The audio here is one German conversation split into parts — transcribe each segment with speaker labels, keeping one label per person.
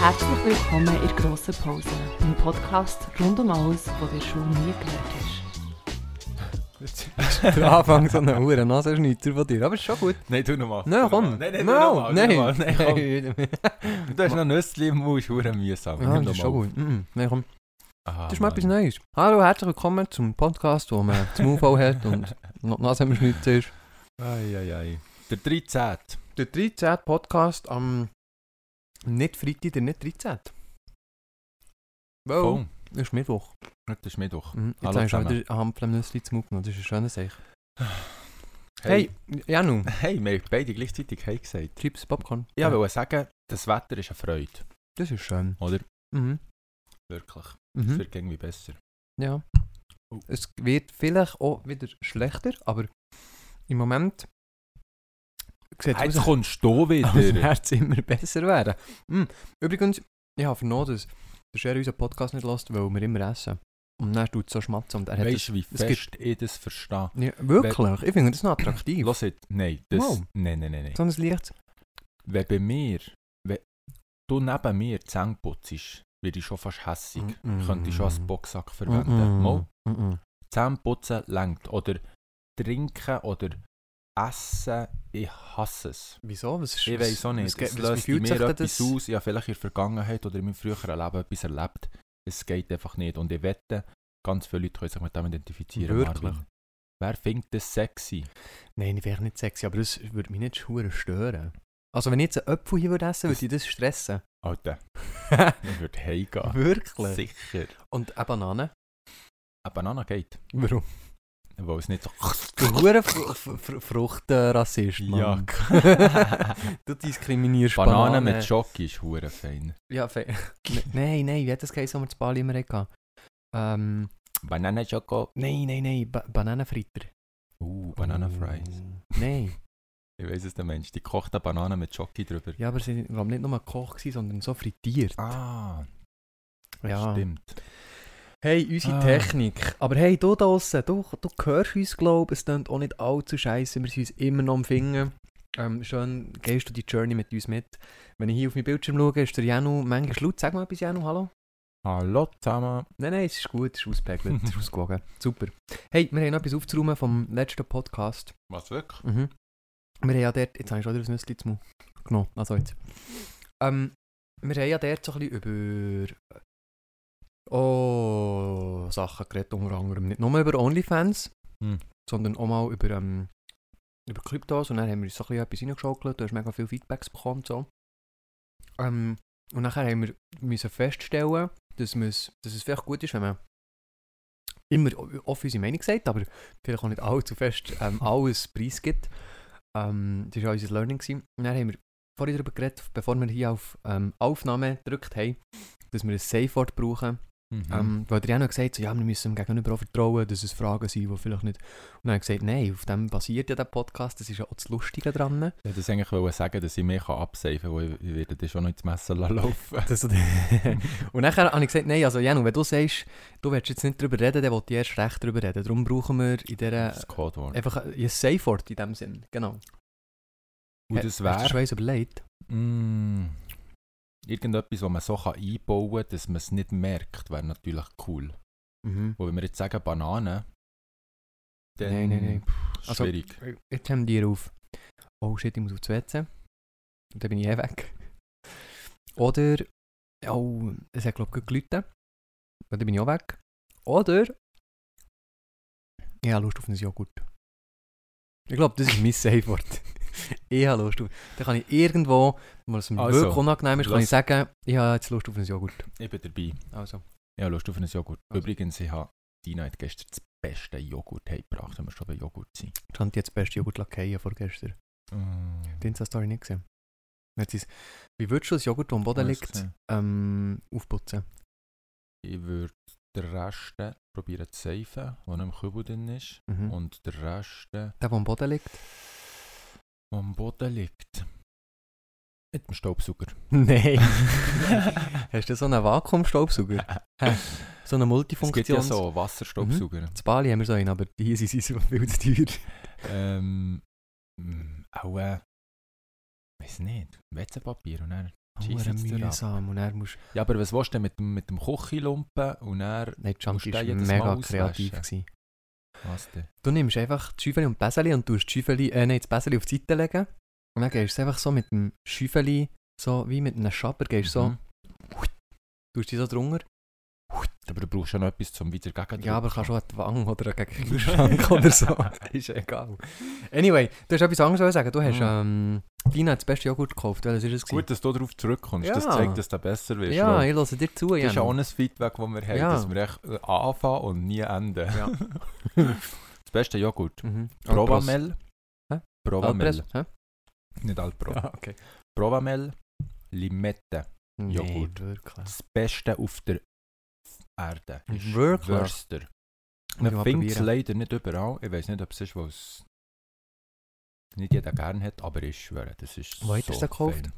Speaker 1: Herzlich willkommen in der grossen Pause, im Podcast rund um alles, was der Schule nie gelernt hast.
Speaker 2: Jetzt-
Speaker 3: Der Anfang so einen hohen Nasenschnitzer von dir, aber ist schon gut.
Speaker 2: Nein, tu nochmal.
Speaker 3: Nein, komm.
Speaker 2: Nein, nein,
Speaker 3: No,
Speaker 2: no,
Speaker 3: nein,
Speaker 2: nein. nein komm.
Speaker 3: nein.
Speaker 2: Du hast noch Nüssli im Mund, ist verdammt mühsam.
Speaker 3: Ja,
Speaker 2: Nimm
Speaker 3: das ist
Speaker 2: noch
Speaker 3: schon
Speaker 2: mal.
Speaker 3: gut. Mhm. Nein, komm.
Speaker 2: Aha,
Speaker 3: Das ist mal etwas
Speaker 2: Mann.
Speaker 3: Neues. Hallo, herzlich willkommen zum Podcast, wo man das Maul voll hat und noch die Nase am Schnitzen ist.
Speaker 2: Ei, ei, ei. Der 13.
Speaker 3: Der 13. Podcast am... Nicht Freitag, der nicht 13. Wow.
Speaker 2: Boom.
Speaker 3: Das ist Mittwoch.
Speaker 2: Das ist Mittwoch.
Speaker 3: Mhm. Jetzt
Speaker 2: Hallo
Speaker 3: habe ich schon
Speaker 2: zusammen.
Speaker 3: wieder eine Hand am Nüssli zum Mund genommen. Das ist ein schöner Seich. Hey, Janu.
Speaker 2: Hey, wir haben beide gleichzeitig Hey gesagt.
Speaker 3: Chips, Popcorn.
Speaker 2: Ich wollte sagen, das Wetter ist eine Freude,
Speaker 3: Das ist schön.
Speaker 2: oder?
Speaker 3: Mhm.
Speaker 2: Wirklich. Es
Speaker 3: Mhm.
Speaker 2: wird irgendwie besser.
Speaker 3: Ja.
Speaker 2: Oh.
Speaker 3: Es wird vielleicht auch wieder schlechter, aber im Moment sieht es
Speaker 2: Jetzt
Speaker 3: aus,
Speaker 2: kommst du
Speaker 3: als würde
Speaker 2: wieder.
Speaker 3: Herz immer besser werden. Mm. Übrigens, ich habe vernommen, dass der Sherry unseren Podcast nicht lässt, weil wir immer essen. Und dann tut es so schmatzen und er hat
Speaker 2: Weißt du, wie
Speaker 3: es gibt-
Speaker 2: fest ich das verstehe?
Speaker 3: das... Ja, wirklich, ich finde das noch attraktiv.
Speaker 2: Lass jetzt, nein, das,
Speaker 3: Wow.
Speaker 2: nein, nein, nein, nein.
Speaker 3: So ein Licht.
Speaker 2: Wenn bei mir, wenn du neben mir die Zähne putzt, werde ich schon fast hässig.
Speaker 3: Mm.
Speaker 2: Könnte ich schon als Boxsack verwenden.
Speaker 3: Mm.
Speaker 2: Mal
Speaker 3: Mm.
Speaker 2: Zähneputzen lenkt. Oder trinken oder essen. Ich hasse es.
Speaker 3: Wieso? Was ist,
Speaker 2: Ich weiß auch
Speaker 3: Was,
Speaker 2: nicht.
Speaker 3: was,
Speaker 2: Es
Speaker 3: was, wie
Speaker 2: löst in
Speaker 3: fühlt sich
Speaker 2: mir
Speaker 3: denn
Speaker 2: etwas
Speaker 3: das?
Speaker 2: aus. Ich habe vielleicht in der Vergangenheit oder in meinem früheren Leben etwas erlebt. Es geht einfach nicht. Und ich wette, ganz viele Leute können sich mit dem identifizieren.
Speaker 3: Wirklich?
Speaker 2: Marvin. Wer findet das sexy?
Speaker 3: Nein, ich wäre nicht sexy, aber das würde mich nicht schwer stören. Also wenn ich jetzt einen Apfel hier würde essen würde, würde ich das stressen.
Speaker 2: Alter, ich würde heimgehen.
Speaker 3: Wirklich?
Speaker 2: Sicher.
Speaker 3: Und eine Banane?
Speaker 2: Eine Banane geht.
Speaker 3: Warum?
Speaker 2: Weil es nicht so...
Speaker 3: Du hure Fr- Fr- Fr- Fruchtrassist,
Speaker 2: Ja.
Speaker 3: Mann. du diskriminierst
Speaker 2: Banane,
Speaker 3: Bananen.
Speaker 2: mit Schoki ist hure fein.
Speaker 3: Ja, fe- Ne- Nein, nein, wie hat das geheißen, wo wir das Bali immer hatten? Ähm,
Speaker 2: Banane Schoko.
Speaker 3: nein, nein, nein, ba Bananenfritter.
Speaker 2: Uh, Banana
Speaker 3: Mm.
Speaker 2: Fries.
Speaker 3: Nein.
Speaker 2: Ich weiß es der Mensch. Die kochte Banane mit Schoki drüber.
Speaker 3: Ja, aber sie waren, glaube nicht nur Koch, gewesen, sondern so frittiert.
Speaker 2: Ah,
Speaker 3: ja.
Speaker 2: stimmt.
Speaker 3: Hey, unsere
Speaker 2: Ah.
Speaker 3: Technik. Aber hey, du draussen, du, du hörst uns, glaube ich. Es klingt auch nicht allzu scheiße. Wir sind uns immer noch am Finger. Ähm, schön, gehst du die Journey mit uns mit. Wenn ich hier auf meinen Bildschirm schaue, ist der Janu manchmal laut. Sag mal etwas, Janu, hallo.
Speaker 2: Hallo zusammen.
Speaker 3: Nein, nein, es ist gut, es ist ausgepegelt, es ist ausgewogen. Super. Hey, wir haben noch etwas aufzuräumen vom letzten Podcast.
Speaker 2: Was wirklich?
Speaker 3: Mhm. Wir haben ja dort, jetzt habe ich schon wieder ein Nüssli zum Mund genommen, also jetzt. Ähm, wir haben ja dort so ein bisschen über oh, Sachen geredet, unter anderem nicht nur über Onlyfans,
Speaker 2: Hm.
Speaker 3: sondern auch mal über, ähm, über Kryptos und dann haben wir uns so ein bisschen etwas reingeschaukelt, du hast mega viele Feedbacks bekommen und so. Ähm, und nachher haben wir müssen feststellen, dass, müssen, dass es vielleicht gut ist, wenn man immer offen unsere Meinung sagt, aber vielleicht auch nicht allzu fest ähm, alles preisgibt. Ähm, das war auch unser Learning. Gewesen. Und dann haben wir vorhin darüber geredet, bevor wir hier auf ähm, Aufnahme gedrückt haben, dass wir ein Safe Word brauchen.
Speaker 2: Mhm.
Speaker 3: Ähm, weil der Jan hat gesagt, so, ja, wir müssen dem Gegenüber auch vertrauen, dass es Fragen sind, die vielleicht nicht... Und dann haben wir gesagt, nein, auf dem basiert ja der Podcast, das ist ja auch das Lustige dran.
Speaker 2: Ich wollte das eigentlich wollen sagen, dass ich mich absafen kann, weil ich- ich werde das schon noch ins Messer
Speaker 3: Äh,
Speaker 2: laufen.
Speaker 3: Das und nachher habe ich gesagt, nein, also Janu, wenn du sagst, du willst jetzt nicht darüber reden, dann will ich erst recht darüber reden. Darum brauchen wir in dieser...
Speaker 2: Das Codewort.
Speaker 3: Einfach ein Safe Word in dem Sinn, genau.
Speaker 2: Und das
Speaker 3: Hast du dir
Speaker 2: wäre
Speaker 3: äh, schon eins überlegt?
Speaker 2: mm, irgendetwas, was man so kann einbauen kann, dass man es nicht merkt, wäre natürlich cool.
Speaker 3: Mhm.
Speaker 2: Und wenn wir jetzt sagen Banane, dann
Speaker 3: Nein, nein, nein.
Speaker 2: pff,
Speaker 3: Also-
Speaker 2: schwierig.
Speaker 3: Jetzt haben die auf. Oh shit, ich muss aufs WC. Und dann bin ich eh weg. Oder. Oh, es hat, glaube ich, gelitten. Und dann bin ich auch weg. Oder. Ich habe Lust auf ein Joghurt. Ich glaube, das ist mein Safe-Wort. ich habe Lust auf. Dann kann ich irgendwo, wo es mir
Speaker 2: Also,
Speaker 3: wirklich unangenehm ist, kann
Speaker 2: lass-
Speaker 3: ich sagen, ich habe jetzt Lust auf ein Joghurt.
Speaker 2: Ich bin dabei.
Speaker 3: Also.
Speaker 2: Ich habe Lust auf einen Joghurt.
Speaker 3: Also.
Speaker 2: Übrigens, ich habe Dina hat gestern das beste Joghurt heimgebracht, wenn wir schon bei Joghurt sind.
Speaker 3: Ich habe jetzt das beste Joghurt lackieren vorgestern.
Speaker 2: Mm,
Speaker 3: Die Insta-Story nicht gesehen. Jetzt ist, wie würdest du das Joghurt, das am Boden
Speaker 2: Alles
Speaker 3: liegt,
Speaker 2: gesehen.
Speaker 3: ähm, aufputzen?
Speaker 2: Ich würde den Rest probieren zu safen, der noch im Kübel drin ist.
Speaker 3: Mhm.
Speaker 2: Und den Rest, der
Speaker 3: Der, der am Boden liegt?
Speaker 2: am Boden liegt. Mit dem Staubsauger.
Speaker 3: Nein. Hast du so einen Vakuumstaubsauger? so eine
Speaker 2: Es gibt
Speaker 3: Multifunktion?
Speaker 2: ja so Wasserstaubsauger.
Speaker 3: In Bali haben wir so einen, aber hier sind sie so viel zu teuer.
Speaker 2: mm, Ähm, mh, auch, äh, weiß nicht, Wetzepapier und dann Schieß
Speaker 3: Hure
Speaker 2: jetzt dir ab.
Speaker 3: mühsam. Und er muss.
Speaker 2: Ja, aber was willst du denn mit, dem- mit dem Küchenlumpen und er...
Speaker 3: Nein,
Speaker 2: Musst
Speaker 3: Junkie
Speaker 2: du
Speaker 3: war
Speaker 2: jedes
Speaker 3: mega
Speaker 2: Mal
Speaker 3: kreativ.
Speaker 2: auswaschen?
Speaker 3: Gewesen.
Speaker 2: Was denn?
Speaker 3: Du nimmst einfach die Schäufeli und die Bäseli und tust die Schäufeli, äh, nein, das Bäseli auf die Seite legen. Und dann gehst du es einfach so mit dem Schäufeli, so wie mit einem Schapper, gehst du so,
Speaker 2: Mhm.
Speaker 3: tust die so drunter.
Speaker 2: Aber du brauchst schon noch etwas zum wieder gegen
Speaker 3: Ja, aber kannst auch an die Wange oder gegen den Kühlschrank oder so. Ist egal. Anyway, dus du hast etwas anderes wollen sagen. Du hast,
Speaker 2: Mhm.
Speaker 3: ähm, Dina hat das beste Joghurt gekauft. Welches ist es? gewesen?
Speaker 2: Gut, dass du darauf zurückkommst. Das
Speaker 3: Ja.
Speaker 2: zeigt, dass du besser wirst.
Speaker 3: ja,
Speaker 2: Weil
Speaker 3: ich höre dir zu,
Speaker 2: Das ist ja auch
Speaker 3: Jan.
Speaker 2: ein Feedback, das wir haben,
Speaker 3: Ja.
Speaker 2: dass wir echt äh, anfangen und nie enden.
Speaker 3: Ja.
Speaker 2: Das beste Joghurt.
Speaker 3: Mhm.
Speaker 2: Provamel.
Speaker 3: Hä?
Speaker 2: Provamel.
Speaker 3: Alpres, hä?
Speaker 2: Nicht Alpro.
Speaker 3: Ja, Ah. okay.
Speaker 2: Provamel, Limette. Joghurt.
Speaker 3: Nee, wirklich.
Speaker 2: Das Beste auf der Erde ist
Speaker 3: Wirklich?
Speaker 2: Würster.
Speaker 3: Muss ich
Speaker 2: Man
Speaker 3: mal
Speaker 2: findet es
Speaker 3: probieren.
Speaker 2: leider nicht überall. Ich weiß nicht, ob es ist, weil es nicht jeder gerne hat, aber ich schwöre, das ist
Speaker 3: Wo hat
Speaker 2: so
Speaker 3: er's denn gekauft?
Speaker 2: fein.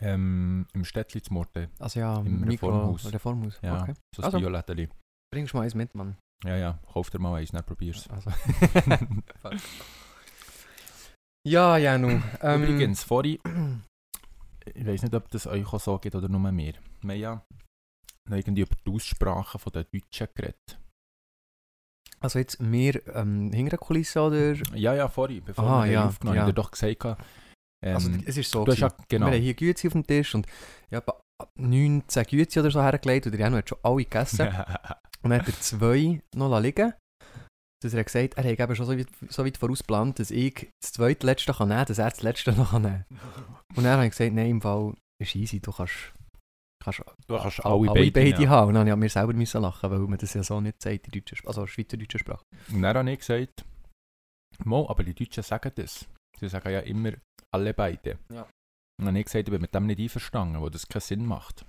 Speaker 2: Ähm, Im Städtli zu Morte.
Speaker 3: Also ja,
Speaker 2: Im
Speaker 3: Mikro-
Speaker 2: Reformhaus.
Speaker 3: Reformhaus.
Speaker 2: Ja,
Speaker 3: Okay.
Speaker 2: so ein
Speaker 3: Also.
Speaker 2: Biolädeli.
Speaker 3: Bringst du mal eins mit, Mann.
Speaker 2: Ja, ja, kauf dir mal eins, dann probier's.
Speaker 3: Also. ja, Janu. Ähm,
Speaker 2: Übrigens, vorhin, ich weiß nicht, ob das euch auch so geht oder nur mir. Wir haben ja noch irgendwie über die Aussprache von den Deutschen geredet.
Speaker 3: Also jetzt mehr ähm, hinter der Kulisse oder...
Speaker 2: Ja, ja, vorhin, bevor
Speaker 3: Ah,
Speaker 2: wir haben
Speaker 3: ja,
Speaker 2: aufgenommen
Speaker 3: ja.
Speaker 2: haben, ich dir doch gesagt, gehabt, ähm,
Speaker 3: also es ist so
Speaker 2: du hast ja,
Speaker 3: gewesen.
Speaker 2: genau,
Speaker 3: Wir haben hier Güezi auf dem Tisch und ich habe 19 Güezi oder so hergelegt und der Janu hat schon alle gegessen. Und dann hat er zwei noch liegen dass er hat gesagt er hat eben schon so weit, so weit vorausgeplant, dass ich das zweite letzte kann nehmen kann, dass er das letzte noch kann nehmen kann. Und dann habe ich gesagt, nein, im Fall ist easy, du kannst, kannst
Speaker 2: du kannst
Speaker 3: alle,
Speaker 2: alle,
Speaker 3: beide,
Speaker 2: nehmen.
Speaker 3: haben. Und dann habe ich mir selber müssen lachen, weil man das ja so nicht sagt, in deutscher, Sp- also schweizerdeutscher Sprache.
Speaker 2: Und dann habe ich gesagt, Mo, aber die Deutschen sagen das. Sie sagen ja immer, alle beide.
Speaker 3: Ja.
Speaker 2: Und dann habe ich gesagt, ich bin mit dem nicht einverstanden, weil das keinen Sinn macht.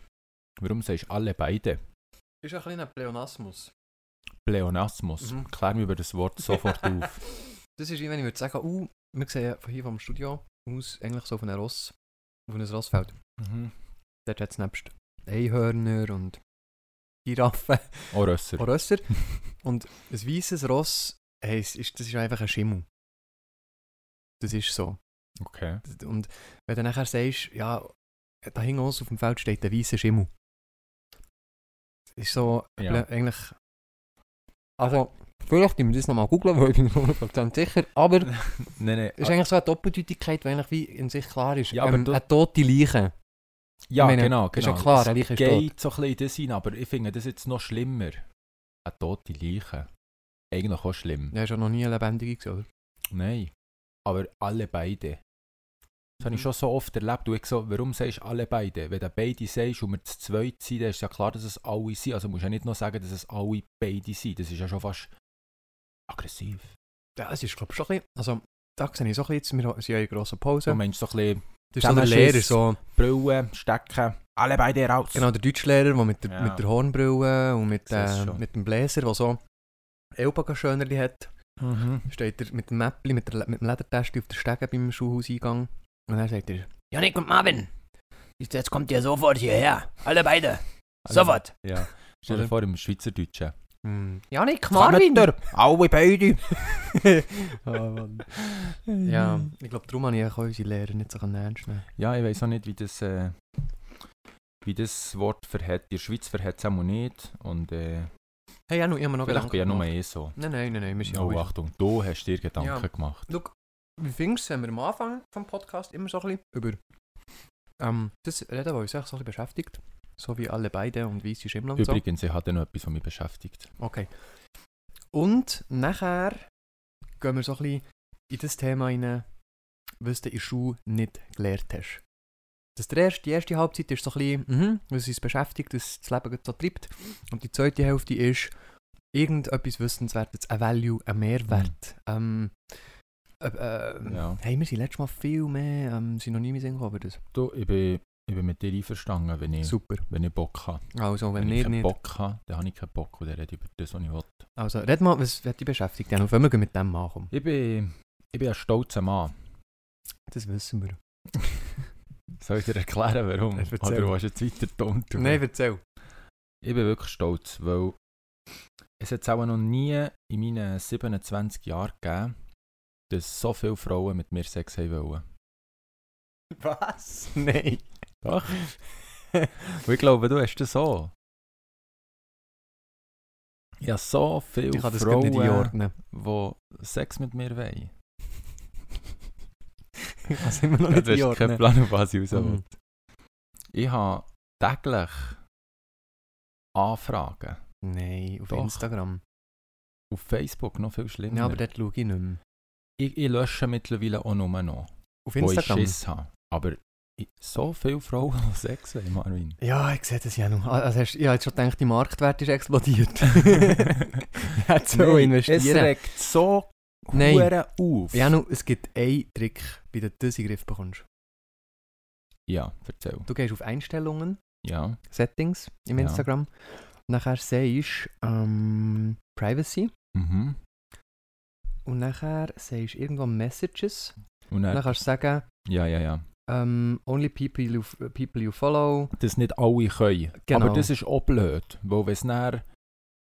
Speaker 2: Warum sagst du alle beide?
Speaker 3: Ist ein kleiner Pleonasmus.
Speaker 2: Pleonasmus.
Speaker 3: Mhm.
Speaker 2: Klär mir über das Wort sofort auf.
Speaker 3: Das ist wie wenn ich würde sagen, uh, wir sehen von hier vom Studio aus eigentlich so auf einem Ross, auf einem Rossfeld.
Speaker 2: Mhm.
Speaker 3: Dort hat es nebst Einhörner und Giraffen
Speaker 2: Oh, Rösser.
Speaker 3: Oder Rösser. Und ein weißes Ross, hey, es ist, das ist einfach ein Schimmel. Das ist so.
Speaker 2: Okay.
Speaker 3: Das- Und wenn du nachher sagst, ja, da hinten uns auf dem Feld steht ein weißer Schimmel. Das ist so
Speaker 2: Ja.
Speaker 3: äh, eigentlich. Also, vielleicht müssen wir das nochmal googeln, weil ich bin mir 100% sicher. Aber es
Speaker 2: Nein, nein.
Speaker 3: ist eigentlich so eine Doppeldeutigkeit, die eigentlich wie in sich klar ist.
Speaker 2: Ja, aber du-
Speaker 3: eine tote Leiche.
Speaker 2: ja,
Speaker 3: meine,
Speaker 2: genau,
Speaker 3: Ist
Speaker 2: genau.
Speaker 3: ja klar,
Speaker 2: es
Speaker 3: eine Leiche ist tot.
Speaker 2: geht so ein bisschen in das hinein, aber ich finde das jetzt noch schlimmer. Eine tote Leiche. Eigentlich auch schlimm.
Speaker 3: Ja, ist ja noch nie eine lebendige gewesen, oder?
Speaker 2: Nein. Aber alle beide. Das
Speaker 3: Mhm.
Speaker 2: habe ich schon so oft erlebt. Und ich so, warum sagst du alle beide? Wenn du beide sagst und wir zu zweit sind, dann ist ja klar, dass es alle sind. Also musst du ja nicht nur sagen, dass es alle beide sind. Das ist ja schon fast aggressiv.
Speaker 3: Ja, es ist, glaube ich, schon ein bisschen. Also, da sehe ich so ein bisschen, jetzt, wir sind ja in grosser Pause.
Speaker 2: Du meinst so ein bisschen
Speaker 3: Das ist so der
Speaker 2: Zusammenschiss.
Speaker 3: Lehrer, so,
Speaker 2: Brillen, Stecken, alle beide raus.
Speaker 3: genau, der Deutschlehrer, der mit der,
Speaker 2: Ja.
Speaker 3: mit der Hornbrille und mit,
Speaker 2: Ich seh's
Speaker 3: äh,
Speaker 2: schon.
Speaker 3: mit dem Bläser, der so Elbagenschönerli hat,
Speaker 2: Mhm.
Speaker 3: steht er mit dem Mäppli, mit, der, mit dem Ledertest auf der Stege beim Schulhauseingang. Und dann sagt er, Janik und Marvin, jetzt kommt ihr sofort hierher, alle beide, sofort.
Speaker 2: Ja. Stell dir
Speaker 3: Oder?
Speaker 2: vor, im Schweizerdeutschen.
Speaker 3: Hm. Janik,
Speaker 2: Kommt ihr, Alle beide!
Speaker 3: Ah, ja, ich glaube, darum habe ich auch unsere Lehrer nicht so ernst nehmen
Speaker 2: Ja, ich weiß auch nicht, wie das, äh, wie das Wort verhält. In der Schweiz verhält es auch nicht. Und äh,
Speaker 3: Hey, Janu, ich habe mir noch
Speaker 2: vielleicht
Speaker 3: Gedanken
Speaker 2: bin ich ja nur
Speaker 3: gemacht.
Speaker 2: eh so.
Speaker 3: Nein, nein, nein, nein, wir sind
Speaker 2: Oh,
Speaker 3: alle-
Speaker 2: Achtung, du hast dir Gedanken
Speaker 3: Ja.
Speaker 2: gemacht.
Speaker 3: Wie findest du, wenn wir am Anfang vom Podcast immer so ein bisschen über ähm, das reden, was uns echt so ein bisschen beschäftigt? So wie alle beide und weiße Schimmel und so.
Speaker 2: Übrigens, ich hatte noch etwas, was mich beschäftigt.
Speaker 3: Okay. Und nachher gehen wir so ein bisschen in das Thema rein, was du in der Schule nicht gelernt hast. Das der erste, die erste Halbzeit ist so ein bisschen, mhm, was uns beschäftigt, was das Leben gerade so treibt. Und die zweite Hälfte ist irgendetwas Wissenswertes, ein Value, ein Mehrwert. Ähm, äh, äh,
Speaker 2: Mhm. Ja.
Speaker 3: Hey, wir sind letztes Mal viel mehr ähm, Synonyme singen über das.
Speaker 2: Du, ich bin, ich bin mit dir einverstanden, wenn ich,
Speaker 3: Super.
Speaker 2: wenn ich Bock habe.
Speaker 3: Also, wenn,
Speaker 2: Wenn, ich
Speaker 3: ihr
Speaker 2: keinen
Speaker 3: nicht.
Speaker 2: Bock habe, dann habe ich keinen Bock und dann rede ich über das, was ich will.
Speaker 3: Also, red mal, was wird dich beschäftigt, Jan? Und wenn wir mit dem ankommen.
Speaker 2: Ich bin, ich bin ein stolzer Mann.
Speaker 3: Das wissen wir.
Speaker 2: Soll ich dir erklären, warum?
Speaker 3: Ja, erzähl.
Speaker 2: Oder willst du jetzt weiter dumm tun?
Speaker 3: Nein, erzähl.
Speaker 2: Ich bin wirklich stolz, weil es hat auch noch nie in meinen 27 Jahren gegeben, dass so viele Frauen mit mir Sex haben wollen.
Speaker 3: Was? Nein.
Speaker 2: Doch. Und ich glaube, du hast das so. Ja, so viele
Speaker 3: Ich kann das gerade
Speaker 2: Frauen,
Speaker 3: nicht einordnen.
Speaker 2: die Sex mit mir wollen.
Speaker 3: Ich kann es immer noch
Speaker 2: Ja,
Speaker 3: nicht
Speaker 2: Du hast keinen also.
Speaker 3: einordnen.
Speaker 2: Plan, auf was ich raus will.
Speaker 3: Mhm.
Speaker 2: Ich habe täglich Anfragen.
Speaker 3: Nein, auf
Speaker 2: Doch.
Speaker 3: Instagram.
Speaker 2: Auf Facebook noch viel schlimmer.
Speaker 3: Ja, aber dort schaue ich nicht mehr.
Speaker 2: ich, ich lösche mittlerweile auch nur noch,
Speaker 3: Auf
Speaker 2: wo ich Schiss habe. Aber ich, so viele Frauen, die Sex haben, Marvin.
Speaker 3: Ja, ich sehe das ja noch. Ah, Also hast, ich habe jetzt schon gedacht, der Marktwert ist explodiert. Hätte so
Speaker 2: Nein, Es
Speaker 3: investieren.
Speaker 2: regt so
Speaker 3: Nein.
Speaker 2: Huren auf.
Speaker 3: Ja, nu, es gibt einen Trick, bei dem du das in den Griff bekommst.
Speaker 2: ja, erzähl.
Speaker 3: Du gehst auf Einstellungen,
Speaker 2: Ja,
Speaker 3: Settings im
Speaker 2: Ja.
Speaker 3: Instagram. Nachher sagst du ähm, Privacy.
Speaker 2: mhm.
Speaker 3: Und nachher sagst du irgendwo Messages.
Speaker 2: Und dann,
Speaker 3: Dann kannst du sagen,
Speaker 2: ja, ja, ja.
Speaker 3: ähm, only people you, people you follow.
Speaker 2: Das nicht alle können.
Speaker 3: Genau.
Speaker 2: Aber das ist auch blöd, weil wenn es dann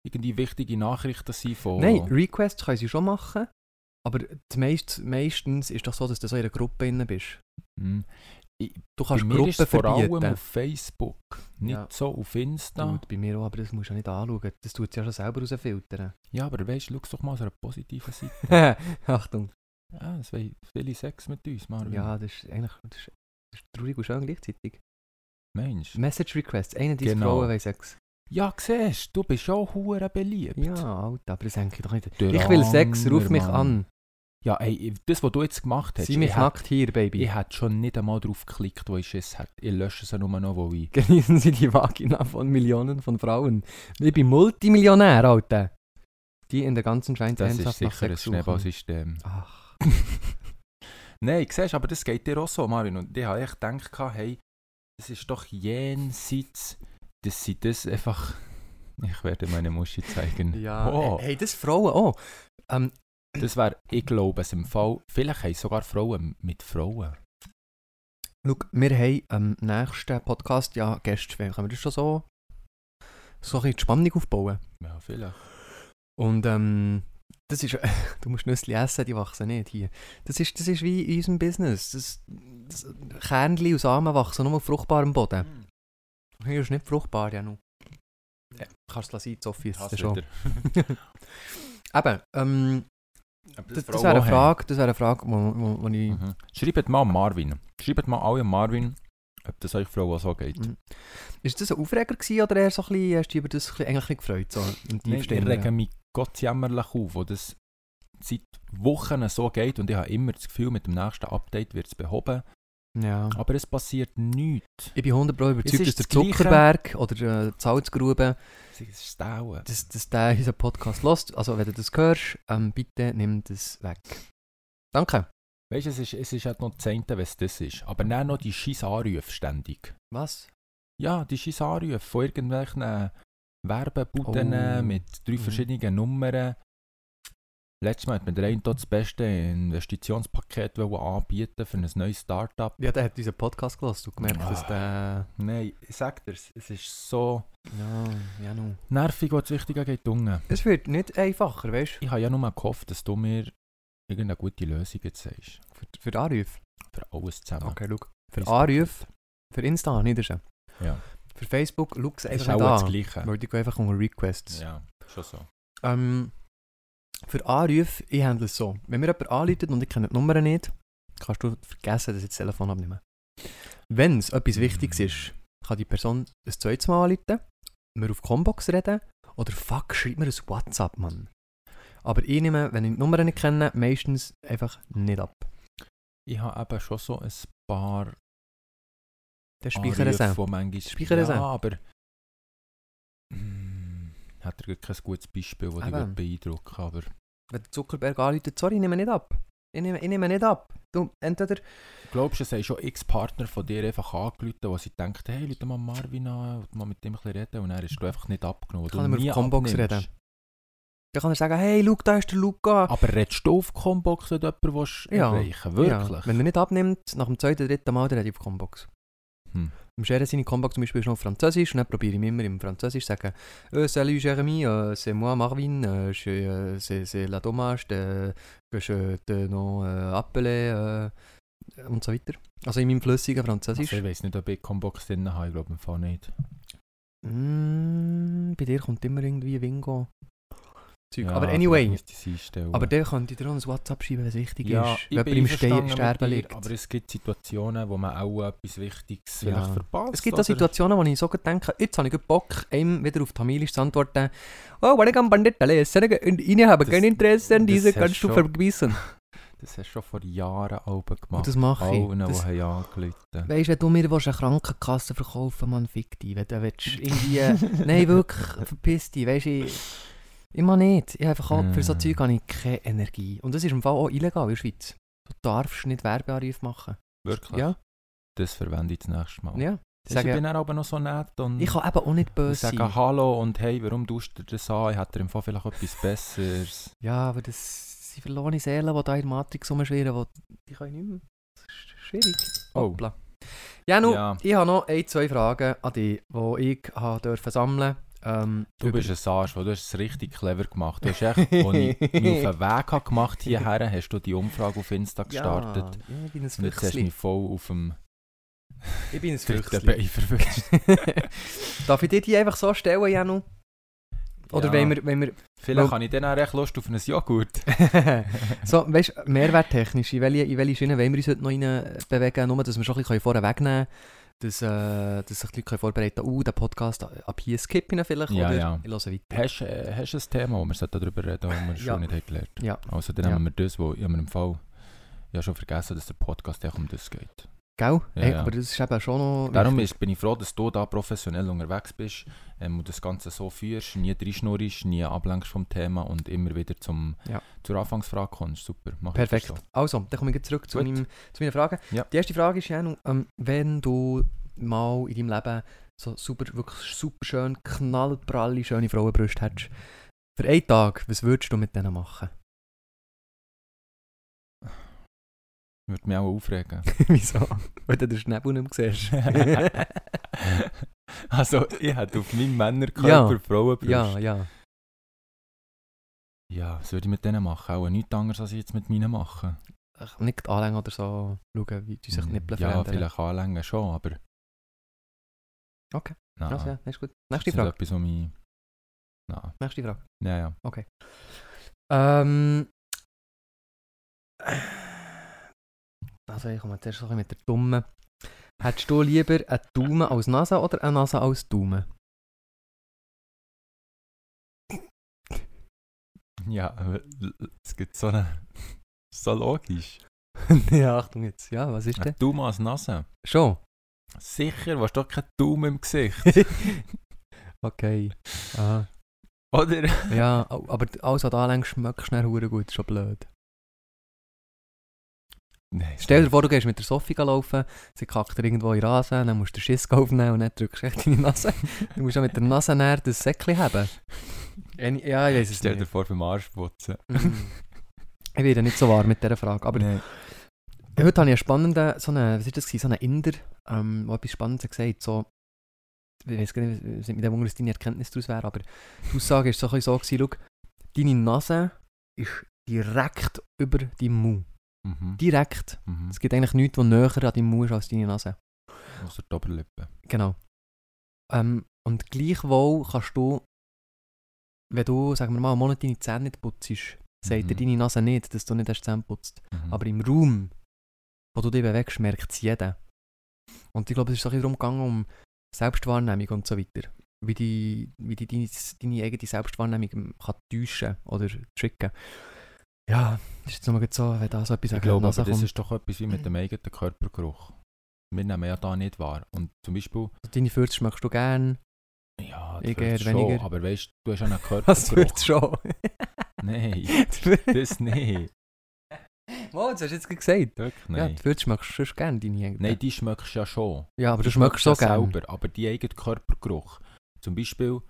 Speaker 2: irgendwie wichtige Nachrichten sind von...
Speaker 3: Nein, Requests können sie schon machen. Aber das meist, meistens ist doch so, dass du so in einer Gruppe drin bist.
Speaker 2: Hm.
Speaker 3: Du kannst
Speaker 2: Bei mir
Speaker 3: Gruppen
Speaker 2: ist es vor allem
Speaker 3: verbieten.
Speaker 2: auf Facebook, nicht
Speaker 3: Ja.
Speaker 2: so auf Insta.
Speaker 3: Gut, bei mir auch, aber das musst du ja nicht anschauen. Das tut es ja schon selber rausfiltern.
Speaker 2: Ja, aber weißt du, schau doch mal aus einer positiven Seite.
Speaker 3: Achtung.
Speaker 2: ja, es wollen viele Sex mit uns, Marvin.
Speaker 3: Ja, das ist eigentlich das ist, das ist traurig und schön gleichzeitig.
Speaker 2: Mensch.
Speaker 3: Message Requests, eine dieser
Speaker 2: Genau.
Speaker 3: Frauen wollen Sex.
Speaker 2: Ja, siehst du, du bist auch hure beliebt.
Speaker 3: Ja, Alter, aber das denke ich doch nicht.
Speaker 2: Der
Speaker 3: ich will Sex,
Speaker 2: andere
Speaker 3: ruf mich
Speaker 2: Mann.
Speaker 3: an.
Speaker 2: Ja, ey, das, was du jetzt gemacht hast,
Speaker 3: Sieh mich
Speaker 2: ich, hätte,
Speaker 3: nackt hier, Baby.
Speaker 2: ich hätte schon nicht einmal drauf geklickt, wo ich Schiss hätte. Ich lösche es ja nur noch, wo ich...
Speaker 3: Genießen Sie die Vagina von Millionen von Frauen. Ich bin Multimillionär, Alter. Die in der ganzen Schweiz
Speaker 2: Das ist
Speaker 3: ernsthaft nach
Speaker 2: sicher ein
Speaker 3: Sex suchen.
Speaker 2: Schneeballsystem.
Speaker 3: Ach,
Speaker 2: Nein, siehst aber das geht dir auch so, Marvin. Und ich habe echt gedacht, hey, das ist doch jenseits, dass sie das einfach... Ich werde meine Muschi zeigen.
Speaker 3: ja.
Speaker 2: Oh.
Speaker 3: Hey, das Frauen auch. Ähm,
Speaker 2: Das wäre, ich glaube es im Fall, vielleicht haben sogar Frauen mit Frauen.
Speaker 3: Schau, wir haben am nächsten Podcast ja Gäste. Können wir das schon so, so ein bisschen die Spannung aufbauen?
Speaker 2: Ja, vielleicht.
Speaker 3: Und ähm, das ist, du musst Nüsse essen, die wachsen nicht hier. Das ist, das ist wie in unserem Business. Das, das Kernchen und Samen wachsen nur auf fruchtbarem Boden.
Speaker 2: Mhm.
Speaker 3: Hier ist nicht fruchtbar, ja nun. Ja, kannst du es lassen, Sophie, ist das schon. Eben, ähm, das, das wäre eine Frage, das wäre eine Frage, wo, wo, wo ich...
Speaker 2: Mhm. Schreibt mal Marvin. Schreibt mal alle Marvin, ob das euch Frauen auch so geht.
Speaker 3: Mhm. Ist das ein Aufreger gewesen oder eher so ein bisschen, hast du dich über das ein bisschen- eigentlich ein bisschen gefreut, so im
Speaker 2: Nein, Ich
Speaker 3: tiefsten Inneren?
Speaker 2: rege mich gottjämmerlich auf, wo das seit Wochen so geht und ich habe immer das Gefühl, mit dem nächsten Update wird es behoben.
Speaker 3: Ja.
Speaker 2: Aber es passiert nichts.
Speaker 3: Ich bin 100%
Speaker 2: Es
Speaker 3: überzeugt,
Speaker 2: ist
Speaker 3: dass der
Speaker 2: das Gleiche.
Speaker 3: Zuckerberg oder äh, die Salzgrube,
Speaker 2: Es ist stauen.
Speaker 3: dass, dass der unseren Podcast lost. Also, wenn du das hörst, ähm, bitte nimm das weg. Danke.
Speaker 2: Weißt du, es ist, es ist halt noch das eine, wenn es das ist. Aber dann noch die scheiß Anrufe ständig.
Speaker 3: Was?
Speaker 2: Ja, die scheiß Anrufe von irgendwelchen äh, Werbebuden
Speaker 3: Oh.
Speaker 2: äh, mit drei
Speaker 3: Mhm.
Speaker 2: verschiedenen Nummern. Letztes Mal hat mir der eine das beste Investitionspaket wollen anbieten für ein neues Startup.
Speaker 3: Ja, der hat unseren Podcast gelost. Du gemerkt,
Speaker 2: Ah.
Speaker 3: dass der.
Speaker 2: Nein, ich sag dir's, es ist so
Speaker 3: Ja, ja, nun.
Speaker 2: nervig, was wichtig geht. Unten.
Speaker 3: Es wird nicht einfacher, weißt
Speaker 2: Ich habe ja nur gehofft, dass du mir irgendeine gute Lösung jetzt sagst.
Speaker 3: du? Für, für die Anrufe.
Speaker 2: Für alles zusammen.
Speaker 3: schau. Für
Speaker 2: Mein
Speaker 3: Anrufe, für Insta, nicht schon.
Speaker 2: Ja.
Speaker 3: Für Facebook, schau es
Speaker 2: Es ist
Speaker 3: einfach
Speaker 2: auch
Speaker 3: nicht
Speaker 2: das
Speaker 3: an.
Speaker 2: Gleiche.
Speaker 3: Weil die gehen einfach unter Requests.
Speaker 2: Ja, schon so.
Speaker 3: Ähm, für Anrufe, ich handle es so. Wenn mir jemand anruft und ich kenne die Nummer nicht, kannst du vergessen, dass ich das Telefon abnehme. Wenn es etwas Wichtiges
Speaker 2: Mhm.
Speaker 3: ist, kann die Person ein zweites Mal anrufen, wir auf Combox reden oder fuck, schreib mir ein WhatsApp, Mann. Aber ich nehme, wenn ich die Nummer nicht kenne, meistens einfach nicht ab.
Speaker 2: Ich habe eben schon so ein paar
Speaker 3: Dann speichere es
Speaker 2: Anrufe,
Speaker 3: auch.
Speaker 2: die manchmal
Speaker 3: Speichern sie
Speaker 2: Ja,
Speaker 3: auch.
Speaker 2: aber... Mm, Hat er kein gutes Beispiel, das dich
Speaker 3: Eben.
Speaker 2: beeindrucken will, aber...
Speaker 3: Wenn der Zuckerberg anruft, sorry, ich nehme nicht ab. Ich nehme, ich nehme nicht ab. Du, entweder
Speaker 2: Glaubst du, es haben schon x Partner von dir einfach angerufen, die sie denken, hey, Leute, mal Marvin an, und mal mit dem ein bisschen reden, und er ist du einfach nicht abgenommen. weil
Speaker 3: Kann
Speaker 2: du
Speaker 3: er mir auf
Speaker 2: nie
Speaker 3: Combox
Speaker 2: abnimmst.
Speaker 3: reden? dann kann er sagen, hey, schau, da ist der Luca.
Speaker 2: Aber redest du auf Combox, wenn du jemanden willst
Speaker 3: Ja.
Speaker 2: erreichen Wirklich?
Speaker 3: Ja, wenn er nicht abnimmt, nach dem zweiten, dritten Mal, dann hat er auf Combox.
Speaker 2: Hm.
Speaker 3: Im Scheren seine Combox zum Beispiel ist noch auf Französisch und dann probiere ich immer im Französisch zu sagen «Euh, «Salut Jérémy, euh, c'est moi Marvin, euh, je, euh, c'est, c'est la dommage de, que je te non euh, appelé, euh, und so weiter. Also in meinem flüssigen Französisch.
Speaker 2: Also ich weiß nicht, ob ich Combox drin habe, ich glaube im Fall nicht.
Speaker 3: Mm, bei dir kommt immer irgendwie Wingo. Zeug.
Speaker 2: Ja,
Speaker 3: aber
Speaker 2: vielleicht
Speaker 3: anyway,
Speaker 2: müsste ich es einstellen.
Speaker 3: aber der könnte dir auch ein WhatsApp schreiben, wenn es wichtig
Speaker 2: ja,
Speaker 3: ist.
Speaker 2: ich
Speaker 3: Wenn
Speaker 2: bin
Speaker 3: jemand im
Speaker 2: einverstanden
Speaker 3: Ste
Speaker 2: mit
Speaker 3: Sterben
Speaker 2: dir,
Speaker 3: liegt.
Speaker 2: Aber es gibt Situationen, wo man auch etwas Wichtiges
Speaker 3: Ja.
Speaker 2: vielleicht verpasst.
Speaker 3: Es gibt auch
Speaker 2: oder?
Speaker 3: Situationen, wo ich so gut denke, jetzt habe ich gut Bock, einem wieder auf Tamilisch zu antworten. Oh, weil ich am Bandit lesen und ich habe
Speaker 2: Das-
Speaker 3: kein Interesse an
Speaker 2: das
Speaker 3: diese,
Speaker 2: hast
Speaker 3: kannst du
Speaker 2: schon-
Speaker 3: vergessen.
Speaker 2: Das hast du schon vor Jahren Alben
Speaker 3: Und
Speaker 2: gemacht.
Speaker 3: das mache ich.
Speaker 2: Allen, die
Speaker 3: Das,
Speaker 2: haben angerufen.
Speaker 3: weißt du, wenn du mir willst, eine Krankenkasse verkaufen Mann, fick dich. Wenn du willst, irgendwie... äh, Nein, wirklich, verpiss dich. Weißt du, ich... Immer nicht. Ich habe einfach auch, für so
Speaker 2: Mm.
Speaker 3: Zeug habe ich keine Energie. Und das ist im Fall auch illegal in der Schweiz. Du darfst nicht Werbeanrufe machen.
Speaker 2: Wirklich?
Speaker 3: Ja,
Speaker 2: Das verwende ich das nächste Mal.
Speaker 3: ja.
Speaker 2: Ich
Speaker 3: Sag ja.
Speaker 2: bin dann aber noch so nett und
Speaker 3: Ich kann eben auch nicht
Speaker 2: und
Speaker 3: böse sein.
Speaker 2: sage Hallo und hey, warum tust du das an? Ich hätte im Fall vielleicht etwas Besseres.
Speaker 3: Ja, aber das sind verlorene Seelen, die da in der Matrix rumschwirren, die, die können nicht mehr. Das ist schwierig.
Speaker 2: Oh.
Speaker 3: Hoppla. Ja, nun,
Speaker 2: Ja.
Speaker 3: ich habe noch ein, zwei Fragen an dich, die ich habe dürfen sammeln ähm,
Speaker 2: Du bist ein Arsch, weil du hast es richtig clever gemacht. Du hast echt, als ich mich auf den Weg habe gemacht hierher, hast du die Umfrage auf Insta gestartet.
Speaker 3: Ja, ja, ich bin ein
Speaker 2: und jetzt hast du
Speaker 3: Füchsli.
Speaker 2: mich voll auf dem
Speaker 3: Ich bin ein
Speaker 2: dritten
Speaker 3: Füchsli.
Speaker 2: Bein verwischt.
Speaker 3: Darf ich dir die einfach so stellen, Janu? Oder
Speaker 2: Ja.
Speaker 3: wenn wir... Wenn wir
Speaker 2: Vielleicht
Speaker 3: Weil-
Speaker 2: habe ich dann auch recht Lust auf ein Joghurt.
Speaker 3: so, weißt du, mehrwerttechnisch, in welche, in welche Schiene wollen wir uns heute noch rein äh, bewegen, nur dass wir schon ein bisschen vorher wegnehmen können, dass, äh, dass sich die Leute können vorbereiten können, oh, den Podcast, ab hier skippen vielleicht,
Speaker 2: Ja,
Speaker 3: oder
Speaker 2: ja.
Speaker 3: ich höre weiter.
Speaker 2: Hast, äh, hast du ein Thema, wo wir sollten darüber reden sollten, das wir
Speaker 3: Ja.
Speaker 2: schon nicht haben gelernt
Speaker 3: Ja.
Speaker 2: Also dann
Speaker 3: Ja.
Speaker 2: haben wir das, wo ich habe mir im Fall ja schon vergessen, dass der Podcast echt um das geht.
Speaker 3: Gell?
Speaker 2: Ja,
Speaker 3: Ey,
Speaker 2: ja.
Speaker 3: Aber das ist eben schon noch...
Speaker 2: Darum ist, bin ich froh, dass du da professionell unterwegs bist ähm, und das Ganze so führst, nie reinschnurrst, nie ablenkst vom Thema und immer wieder zum,
Speaker 3: Ja.
Speaker 2: zur Anfangsfrage kommst. Super, mach das
Speaker 3: Perfekt.
Speaker 2: so.
Speaker 3: Also, dann komme ich jetzt zurück zu,
Speaker 2: Gut.
Speaker 3: meinem, zu meiner Frage.
Speaker 2: Ja.
Speaker 3: Die erste Frage ist, Janu, ähm, wenn du mal in deinem Leben so super, wirklich super schön, knallpralle, schöne Frauenbrüste hättest, für einen Tag, was würdest du mit denen machen?
Speaker 2: Würde mich auch aufregen.
Speaker 3: Wieso? Weil du den Schnäbel nicht mehr siehst.
Speaker 2: also ich hätte auf meinem Männerkörper
Speaker 3: Ja.
Speaker 2: ja. Frauenbrust.
Speaker 3: ja, ja.
Speaker 2: ja, was würde ich mit denen machen? Auch nichts anderes, als ich jetzt mit meinen mache.
Speaker 3: Ach, Nicht anlegen oder so, schauen, wie die sich
Speaker 2: Mm,
Speaker 3: Nippel
Speaker 2: Ja,
Speaker 3: verändern.
Speaker 2: vielleicht anlängen schon, aber...
Speaker 3: Okay.
Speaker 2: Nein,
Speaker 3: Also, ja, das ist gut. Nächste
Speaker 2: das ist nicht
Speaker 3: Frage.
Speaker 2: etwas, was mich... Nein,
Speaker 3: Nächste Frage.
Speaker 2: ja, ja.
Speaker 3: Ähm. Also, ich komme jetzt erst so ein bisschen mit der Dumme. Hättest du lieber eine Daumen als Nase oder eine Nase als Daumen?
Speaker 2: Ja, aber l- l- es gibt so eine... so logisch.
Speaker 3: ja, Achtung jetzt. Ja, was ist
Speaker 2: Ein
Speaker 3: denn?
Speaker 2: Daumen als Nase.
Speaker 3: Schon.
Speaker 2: Sicher, du hast doch keinen Daumen im Gesicht,
Speaker 3: Okay. Ah.
Speaker 2: oder?
Speaker 3: Ja, au- aber alles, was du anlängst, schmeckt schnell hure gut. ist Schon blöd.
Speaker 2: Nein.
Speaker 3: Stell dir vor, du gehst mit der Sophie laufen, sie kackt dir irgendwo in den Rasen, dann musst du den Schiss aufnehmen und dann drückst du echt deine Nase. Du musst auch mit der Nase näher das Säckchen haben. Any- Ja, ich weiß es
Speaker 2: Stell dir
Speaker 3: nicht.
Speaker 2: vor, beim Arsch putzen.
Speaker 3: Mm. ich werde nicht so wahr mit dieser Frage. Aber
Speaker 2: Nein.
Speaker 3: heute habe ich einen spannenden, so einen, was ist das gewesen, so einen Inder, ähm, der etwas Spannendes gesagt hat, so, ich weiß gar nicht, was mit dem Hunger, deine Erkenntnis daraus wäre, aber die Aussage war so, ein bisschen so gewesen, schau, deine Nase ist direkt über deinem Mund.
Speaker 2: Mhm.
Speaker 3: Direkt.
Speaker 2: Mhm.
Speaker 3: Es gibt eigentlich nichts, was näher an deinem Mund ist als deine Nase.
Speaker 2: Außer die Oberlippe.
Speaker 3: Genau. Ähm, und gleichwohl kannst du, wenn du, sagen wir mal, einen Monat deine Zähne nicht putzt, sagt dir
Speaker 2: Mhm.
Speaker 3: deine Nase nicht, dass du nicht hast Zähne putzt.
Speaker 2: Mhm.
Speaker 3: Aber im Raum, wo du dich bewegst, merkt es jeder. Und ich glaube, es ist so ein bisschen darum gegangen, um Selbstwahrnehmung und so weiter. Wie die, wie die deine, deine eigene Selbstwahrnehmung ähm, kann täuschen oder tricken. Ja, das ist jetzt nochmal so, wenn da so etwas
Speaker 2: ich
Speaker 3: an die
Speaker 2: glaube,
Speaker 3: Nase
Speaker 2: aber das
Speaker 3: kommt.
Speaker 2: ist doch etwas wie mit dem eigenen Körpergeruch. Wir nehmen ja da nicht wahr. Und zum Beispiel,
Speaker 3: Deine Fürze schmeckst du gern.
Speaker 2: ja,
Speaker 3: Ich
Speaker 2: das
Speaker 3: eher
Speaker 2: hört schon,
Speaker 3: weniger.
Speaker 2: aber weißt du, du hast ja einen
Speaker 3: Das
Speaker 2: Körpergeruch.
Speaker 3: wird schon.
Speaker 2: Nein, das nicht.
Speaker 3: Wow, das hast du Oh, jetzt gerade gesagt.
Speaker 2: Wirklich
Speaker 3: Ja,
Speaker 2: nein.
Speaker 3: die Würze schmeckst du sonst gerne, deine eigenen.
Speaker 2: nein, die schmeckst du ja schon.
Speaker 3: ja, aber du
Speaker 2: Die
Speaker 3: schmeckst so
Speaker 2: ja
Speaker 3: gerne.
Speaker 2: selber, aber die eigene Körpergeruch. Zum Beispiel,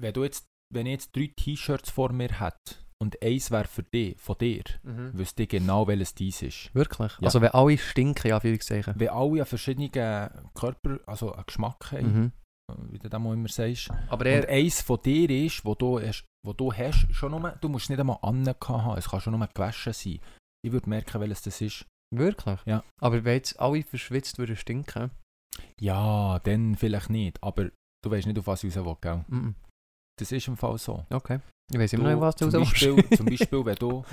Speaker 2: wenn, du jetzt, wenn ich jetzt drei T-Shirts vor mir hätte und eins wäre für dich, von dir,
Speaker 3: Mhm.
Speaker 2: wüsste ich genau, welches dies ist.
Speaker 3: Wirklich?
Speaker 2: Ja.
Speaker 3: Also wenn alle stinken, ja, Anführungszeichen.
Speaker 2: Wenn alle ja verschiedene Körper, also einen Geschmack haben,
Speaker 3: Mhm.
Speaker 2: wie du das mal immer sagst,
Speaker 3: Aber
Speaker 2: Und eins von dir ist, wo du hast, wo du hast schon nur, du musst es nicht einmal angehabt haben, es kann schon nur gewaschen sein. Ich würde merken, welches das ist.
Speaker 3: Wirklich?
Speaker 2: Ja.
Speaker 3: Aber wenn jetzt alle verschwitzt würden stinken,
Speaker 2: Ja, dann vielleicht nicht, aber du weißt nicht, auf was ich raus will, gell?
Speaker 3: mm -mm.
Speaker 2: Das ist im Fall so.
Speaker 3: okay. Ich weiß immer
Speaker 2: Du,
Speaker 3: noch, was du
Speaker 2: zum,
Speaker 3: raus willst.
Speaker 2: Beispiel, zum Beispiel, wenn, du,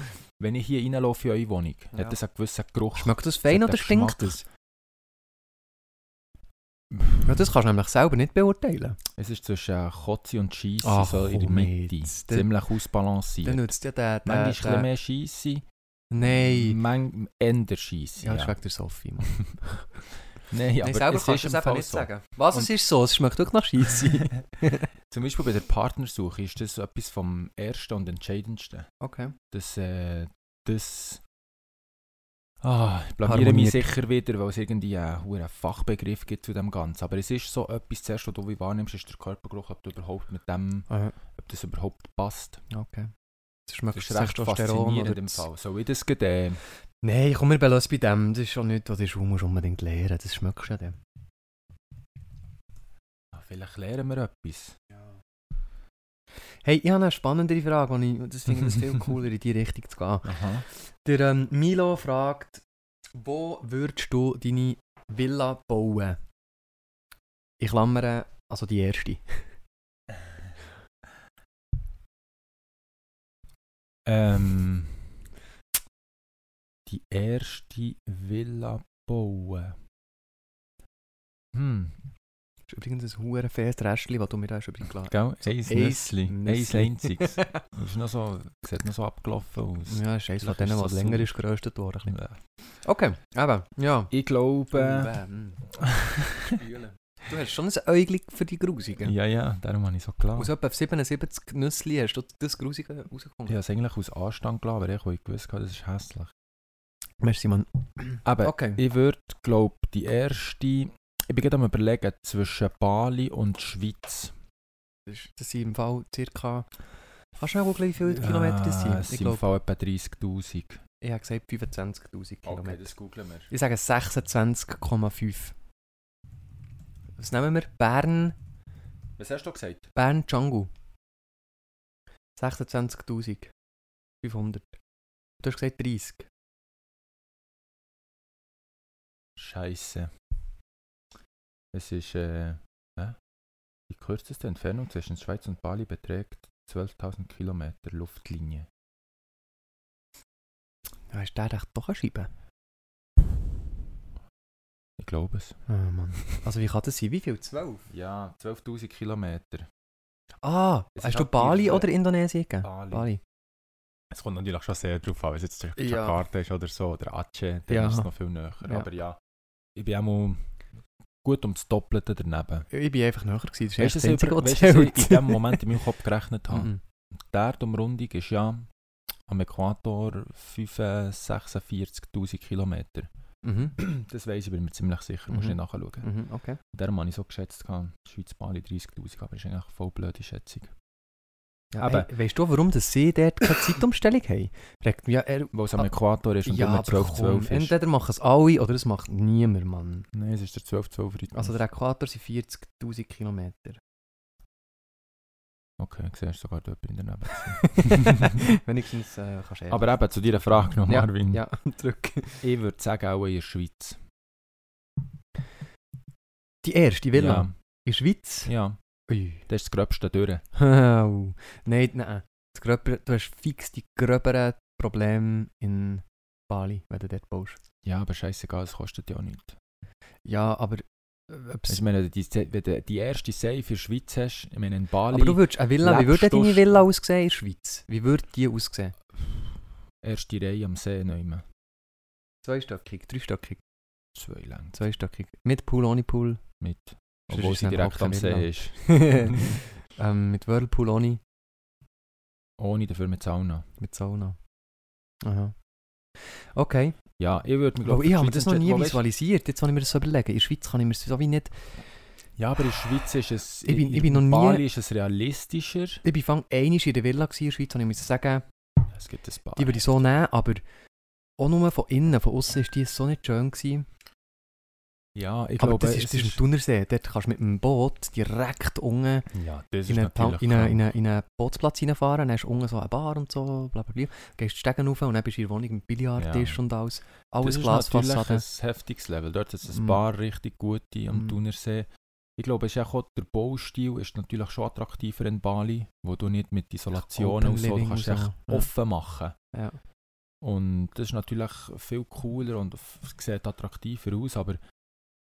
Speaker 2: wenn ich hier reinlaufe in eure Wohnung,
Speaker 3: Ja.
Speaker 2: hat das einen gewissen Geruch.
Speaker 3: Schmeckt das fein
Speaker 2: Hat
Speaker 3: oder
Speaker 2: einen
Speaker 3: stinkt
Speaker 2: Geschmack.
Speaker 3: das? Ja, das kannst du nämlich selber nicht beurteilen.
Speaker 2: Es ist zwischen äh, Kotze und Scheisse
Speaker 3: Ach,
Speaker 2: so in der
Speaker 3: komm
Speaker 2: Mitte.
Speaker 3: jetzt.
Speaker 2: Ziemlich
Speaker 3: Dann Äh,
Speaker 2: ausbalanciert.
Speaker 3: nutzt ja der... der,
Speaker 2: Manchmal ein bisschen
Speaker 3: der
Speaker 2: mehr Scheisse,
Speaker 3: Nein.
Speaker 2: manchmal eher Scheisse.
Speaker 3: Ja, das
Speaker 2: ja.
Speaker 3: schmeckt der Sophie, Mann.
Speaker 2: Nein,
Speaker 3: Nein,
Speaker 2: aber
Speaker 3: selber
Speaker 2: es ist
Speaker 3: kannst du
Speaker 2: im
Speaker 3: es eben
Speaker 2: Fall
Speaker 3: nicht
Speaker 2: so.
Speaker 3: sagen. Was, es
Speaker 2: Und-
Speaker 3: ist so, es schmeckt auch nach Scheisse.
Speaker 2: Zum Beispiel bei der Partnersuche ist das etwas vom Ersten und Entscheidendsten.
Speaker 3: okay.
Speaker 2: Das, äh, das... Ah, ich blamiere mich
Speaker 3: Harmoniert.
Speaker 2: sicher wieder, weil es irgendwie einen hohen Fachbegriff gibt zu dem Ganzen. Aber es ist so etwas, zuerst, was du wie wahrnimmst, ist der Körpergeruch, ob du überhaupt mit dem,
Speaker 3: Äh,
Speaker 2: ob das überhaupt passt.
Speaker 3: okay. Das
Speaker 2: Das
Speaker 3: schmeckt
Speaker 2: ist recht faszinierend im Fall. So wie das geht, äh,
Speaker 3: Nein, komm, wir belassen bei dem. Das ist schon nichts, was du schon musst unbedingt lernen musst. Das schmeckst du ja dem.
Speaker 2: Ah, vielleicht lernen wir etwas.
Speaker 3: Hey, ich habe eine spannendere Frage, und ich, das finde ich das viel cooler, in die Richtung zu gehen.
Speaker 2: Aha.
Speaker 3: Der ähm, Milo fragt, wo würdest du deine Villa bauen? Ich klammere, also die erste.
Speaker 2: Ähm, die erste Villa bauen. Hm,
Speaker 3: Das ist übrigens ein hoher feines Restchen, das du mir da hast übergelassen
Speaker 2: gell?
Speaker 3: So,
Speaker 2: eins
Speaker 3: ein
Speaker 2: Nüssli, eins
Speaker 3: Nüssli.
Speaker 2: einziges. Das ist noch so, sieht noch so abgelaufen aus. äh,
Speaker 3: Ja, scheiße, von
Speaker 2: Vielleicht ist
Speaker 3: denen, was
Speaker 2: das
Speaker 3: länger
Speaker 2: so.
Speaker 3: ist, geröstet worden. Okay, eben, ja.
Speaker 2: Ich glaube...
Speaker 3: Bäm. mm. Du hast schon ein Äugli für die Grusigen.
Speaker 2: ja, ja, darum habe ich so gelacht.
Speaker 3: Aus etwa 77 Nüssli hast du das Grusige
Speaker 2: Ich
Speaker 3: rausgefunden.
Speaker 2: habe es eigentlich aus Anstand gelassen, weil ich weil ich gewusst habe, das ist hässlich.
Speaker 3: Merci, Mann.
Speaker 2: Aber
Speaker 3: Okay.
Speaker 2: ich würde, glaube die erste... Ich bin gerade am überlegen, zwischen Bali und Schweiz.
Speaker 3: Das, ist- das sind im Fall circa. Hast du auch gleich wie viele Kilometer das
Speaker 2: Ja,
Speaker 3: sind?
Speaker 2: es
Speaker 3: Ich
Speaker 2: sind im
Speaker 3: glaube,
Speaker 2: Fall etwa 30'000.
Speaker 3: ich habe gesagt 25.000 Kilometer.
Speaker 2: das googeln wir.
Speaker 3: Ich sage 26,5. Was nehmen wir? Bern,
Speaker 2: Was hast du gesagt?
Speaker 3: Bern Django. 26.500. Du hast gesagt 30.
Speaker 2: Scheiße. Es ist, äh, hä? Die kürzeste Entfernung zwischen Schweiz und Bali beträgt 12.000 Kilometer Luftlinie.
Speaker 3: Ja, ist der echt doch eine Scheibe?
Speaker 2: Ich glaube es.
Speaker 3: Oh Mann. Also wie kann das sein? Wie viel? 12?
Speaker 2: Ja, 12.000 Kilometer.
Speaker 3: Ah,
Speaker 2: Es
Speaker 3: hast
Speaker 2: ist
Speaker 3: du
Speaker 2: halt
Speaker 3: Bali
Speaker 2: diese-
Speaker 3: oder Indonesien gegeben?
Speaker 2: Bali.
Speaker 3: Bali.
Speaker 2: Es kommt natürlich schon sehr drauf an, wenn es jetzt Jak-
Speaker 3: Ja.
Speaker 2: Jakarta ist oder so, oder Aceh, dann
Speaker 3: Ja.
Speaker 2: ist es noch viel näher.
Speaker 3: Ja.
Speaker 2: Aber ja, ich bin auch mal gut um das Doppelte daneben.
Speaker 3: Ich bin einfach näher gewesen. Das ist
Speaker 2: Weißt
Speaker 3: echt
Speaker 2: du, was
Speaker 3: das Einzige,
Speaker 2: ich-
Speaker 3: was
Speaker 2: weisst du, was
Speaker 3: zählt.
Speaker 2: ich in dem Moment in meinem Kopf gerechnet habe?
Speaker 3: Mhm.
Speaker 2: Die Erdumrundung ist ja am Äquator 46.000 Kilometer.
Speaker 3: Mhm.
Speaker 2: Das weiß ich, bin mir ziemlich sicher, musst
Speaker 3: Mhm.
Speaker 2: nicht nachschauen. Mhm.
Speaker 3: Mhm, okay.
Speaker 2: Darum habe ich so geschätzt, gehabt, Schweiz Bali 30.000, aber das ist eigentlich eine voll blöde Schätzung.
Speaker 3: Ja,
Speaker 2: Aber-
Speaker 3: hey, weißt du, warum dass sie dort keine Zeitumstellung haben? Regt mich ja, er,
Speaker 2: Weil es am
Speaker 3: Ah.
Speaker 2: Äquator ist und
Speaker 3: ja
Speaker 2: immer
Speaker 3: aber
Speaker 2: 12,
Speaker 3: komm,
Speaker 2: 12 ist.
Speaker 3: entweder machen es alle oder es macht niemand, Mann.
Speaker 2: Nein, es ist der 12, 12 Rhythmus.
Speaker 3: Also der Äquator sind 40'000 Kilometer.
Speaker 2: okay, siehst sogar dort bin ich daneben.
Speaker 3: Wenigstens äh, kannst du ehrlich-
Speaker 2: aber eben zu deiner Frage noch,
Speaker 3: ja,
Speaker 2: Marvin.
Speaker 3: Ja, drück.
Speaker 2: Ich würde sagen, auch in der Schweiz.
Speaker 3: Die erste Villa in der Schweiz.
Speaker 2: Ja, ja.
Speaker 3: Ui.
Speaker 2: das ist das Gröbste durch.
Speaker 3: Au. nein, nein. Das Gröber, du hast fix die gröberen Probleme in Bali, wenn du dort baust.
Speaker 2: Ja, aber scheißegal, es kostet ja auch nichts.
Speaker 3: Ja, aber... äh,
Speaker 2: Weisst
Speaker 3: ob's-
Speaker 2: du, Ich meine, die, wenn du die erste Safe in der Schweiz hast, ich meine in Bali,
Speaker 3: aber du würdest eine Villa... Wie würde
Speaker 2: lebst du-
Speaker 3: deine Villa aussehen in der Schweiz? Wie würde die aussehen?
Speaker 2: erste Reihe am See nehmen.
Speaker 3: Zweistöckig, dreistöckig,
Speaker 2: Zwei lang
Speaker 3: zweistöckig. Mit Pool, ohne Pool.
Speaker 2: mit.
Speaker 3: Sonst
Speaker 2: Obwohl
Speaker 3: ist
Speaker 2: sie
Speaker 3: es dann
Speaker 2: direkt am
Speaker 3: überhaupt keine
Speaker 2: See ist.
Speaker 3: ähm, mit Whirlpool, ohne.
Speaker 2: Ohne dafür mit Sauna.
Speaker 3: Mit Sauna. Aha. Okay.
Speaker 2: Ja, ich würde mir
Speaker 3: Aber
Speaker 2: glaube
Speaker 3: ich habe mir das noch nie visualisiert. Jetzt soll ich mir das so überlegen. In der Schweiz kann ich mir das so wie nicht...
Speaker 2: Ja, aber in der Schweiz ist es...
Speaker 3: Ich bin-
Speaker 2: in-
Speaker 3: ich bin noch nie-
Speaker 2: In Bali ist es realistischer.
Speaker 3: Ich bin fang einmal in der Villa gewesen in der Schweiz und ich muss sagen...
Speaker 2: Es gibt ein paar.
Speaker 3: Die würde ich so nehmen, aber auch nur von innen, von außen war die so nicht schön. Gewesen.
Speaker 2: Ja, ich
Speaker 3: Aber
Speaker 2: glaube,
Speaker 3: das ist, das
Speaker 2: es
Speaker 3: ist ein Thunersee. Dort kannst du mit dem Boot direkt unten
Speaker 2: ja, das ist
Speaker 3: in einen, Ta-
Speaker 2: natürlich
Speaker 3: in einen,
Speaker 2: krank.
Speaker 3: in einen, in einen Bootsplatz reinfahren. Dann hast du unten so eine Bar und so. Bla bla bla. Gehst die Stegen rauf und dann bist du in der Wohnung mit Billardtisch
Speaker 2: Ja.
Speaker 3: und alles.
Speaker 2: Das
Speaker 3: Alles
Speaker 2: ist natürlich
Speaker 3: Glasfassade.
Speaker 2: ein heftiges Level. Dort hat es ein
Speaker 3: Mm.
Speaker 2: paar richtig gute am
Speaker 3: Mm.
Speaker 2: Thunersee. Ich glaube, es ist auch der Baustil ist natürlich schon attraktiver in Bali, wo du nicht mit Isolationen
Speaker 3: Open
Speaker 2: und so, du
Speaker 3: Living
Speaker 2: kannst
Speaker 3: und
Speaker 2: echt
Speaker 3: so, ja.
Speaker 2: offen machen.
Speaker 3: Ja.
Speaker 2: Und das ist natürlich viel cooler und f- sieht attraktiver aus, aber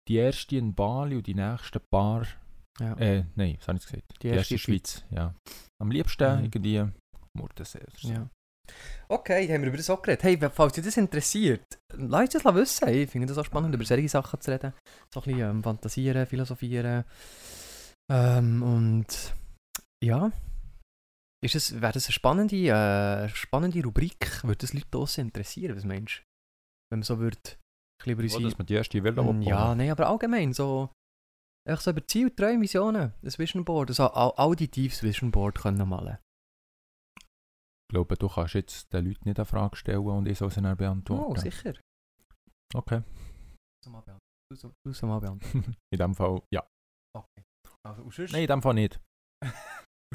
Speaker 2: die erste in Bali und die nächsten paar,
Speaker 3: Ja.
Speaker 2: äh, nein, was habe ich jetzt gesagt? Die, erste in der Schweiz, ja. Am liebsten
Speaker 3: Mhm.
Speaker 2: irgendwie Murtensee. oder so.
Speaker 3: Ja. Okay, haben wir über das auch geredet. Hey, falls dich das interessiert, lass uns das wissen. Ich finde das auch spannend, über solche Sachen zu reden. So ein bisschen ähm, fantasieren, philosophieren. Ähm, und ja, ist es, wäre das eine spannende, äh, spannende Rubrik? Würde das Leute draussen interessieren, was meinst du? Wenn man so würde, ein bisschen über
Speaker 2: Oder
Speaker 3: unsere...
Speaker 2: dass man die erste Villa
Speaker 3: Mm, Ja, nein, aber allgemein so... Einfach so über Ziel, Träume, Visionen, ein Vision Board, also ein auditives Vision Board können malen.
Speaker 2: Ich glaube, du kannst jetzt den Leuten nicht eine Frage stellen und ich soll sie dann beantworten.
Speaker 3: Oh, sicher.
Speaker 2: Okay.
Speaker 3: Du mal beantworten. Du so- Du soll mal beantworten.
Speaker 2: In dem Fall, ja.
Speaker 3: Okay. Also, und sonst,
Speaker 2: Nein, in dem Fall nicht.
Speaker 3: und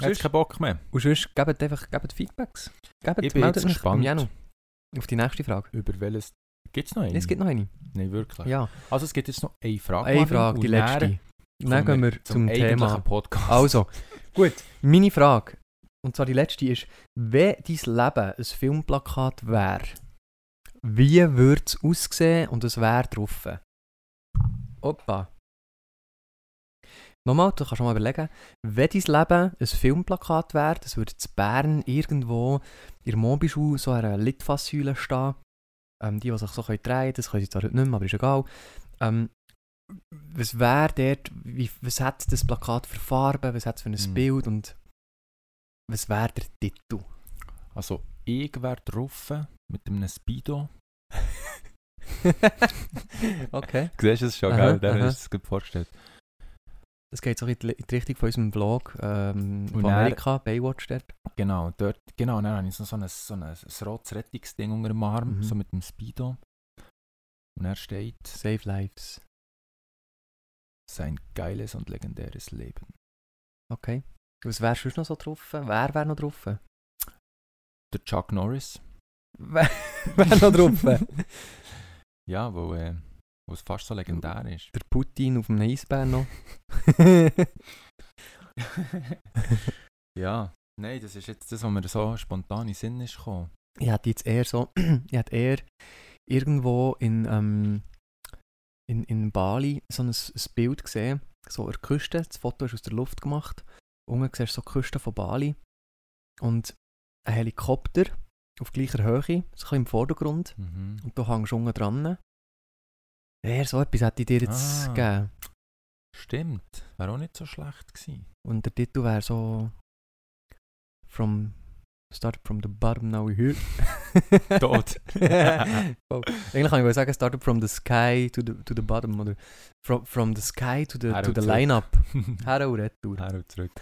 Speaker 2: Jetzt
Speaker 3: sonst,
Speaker 2: keinen Bock mehr.
Speaker 3: und sonst gebt einfach gebt Feedbacks. Gebt,
Speaker 2: Ich bin
Speaker 3: meldet
Speaker 2: jetzt
Speaker 3: euch
Speaker 2: gespannt.
Speaker 3: im Januar. Auf die nächste Frage.
Speaker 2: Über welches. Gibt es noch eine?
Speaker 3: Es gibt noch eine.
Speaker 2: Nein, wirklich.
Speaker 3: Ja.
Speaker 2: Also, es gibt jetzt noch eine Frage.
Speaker 3: Eine
Speaker 2: Marvin,
Speaker 3: Frage, die
Speaker 2: und dann
Speaker 3: letzte. Dann gehen
Speaker 2: kommen
Speaker 3: wir zum
Speaker 2: eigentlichen
Speaker 3: Thema.
Speaker 2: Podcast.
Speaker 3: Also, gut. Meine Frage, und zwar die letzte, ist: Wenn dein Leben ein Filmplakat wäre, wie würde es aussehen und es wäre drauf? Opa. Nochmal, du kannst schon mal überlegen, wenn dein Leben ein Filmplakat wäre, das würde in Bern irgendwo in der Mobischule, so an einer Litfaßsäule stehen. Ähm, die, die sich so können drehen können, das können sie zwar heute nicht mehr, aber ist egal. Ähm, was wäre dort, wie, was hat das Plakat für Farben, was hat es für ein
Speaker 2: Mhm.
Speaker 3: Bild und was wäre der Titel?
Speaker 2: Also, ich wäre getroffen mit einem Speedo.
Speaker 3: okay.
Speaker 2: Du siehst es schon,
Speaker 3: Aha,
Speaker 2: gell? Der
Speaker 3: aha.
Speaker 2: hast du es gut vorgestellt.
Speaker 3: Das geht so in die, in die Richtung von unserem Vlog ähm, von
Speaker 2: dann-
Speaker 3: Amerika, Baywatch dort.
Speaker 2: Genau, dort, genau, dann habe ich so, so ein, so ein, ein rotes Rettungsding unter dem Arm,
Speaker 3: Mhm.
Speaker 2: so mit dem Speedo. Und er steht,
Speaker 3: Save Lives.
Speaker 2: sein geiles und legendäres Leben.
Speaker 3: Okay. Was wärst du noch so drauf? Wer wäre noch drauf?
Speaker 2: Der Chuck Norris.
Speaker 3: Wer wäre noch drauf? der
Speaker 2: Ja, wo, äh, wo es fast so legendär ist.
Speaker 3: Putin auf einem Eisbären noch.
Speaker 2: Ja. Nein, das ist jetzt das, was mir so spontan in den Sinn ist gekommen.
Speaker 3: ich hätte jetzt eher so, ich hätte eher irgendwo in, ähm, in, in Bali so ein, ein Bild gesehen, so an der Küste, das Foto ist aus der Luft gemacht, unten siehst du so die Küste von Bali und ein Helikopter auf gleicher Höhe, so ein bisschen im Vordergrund
Speaker 2: Mhm.
Speaker 3: und du hängst unten dran. Eher so etwas hätte ich dir jetzt
Speaker 2: Ah.
Speaker 3: gegeben
Speaker 2: Stimmt, wäre auch nicht so schlecht gewesen.
Speaker 3: und der Titel wäre so From Start from the bottom now we're here.
Speaker 2: Tot.
Speaker 3: Wow. Eigentlich kann ich wohl sagen, started from the sky to the, to the bottom, oder from, from the sky to the,
Speaker 2: Her
Speaker 3: to
Speaker 2: und
Speaker 3: the
Speaker 2: zurück.
Speaker 3: lineup. Her und retour.
Speaker 2: Her und zurück.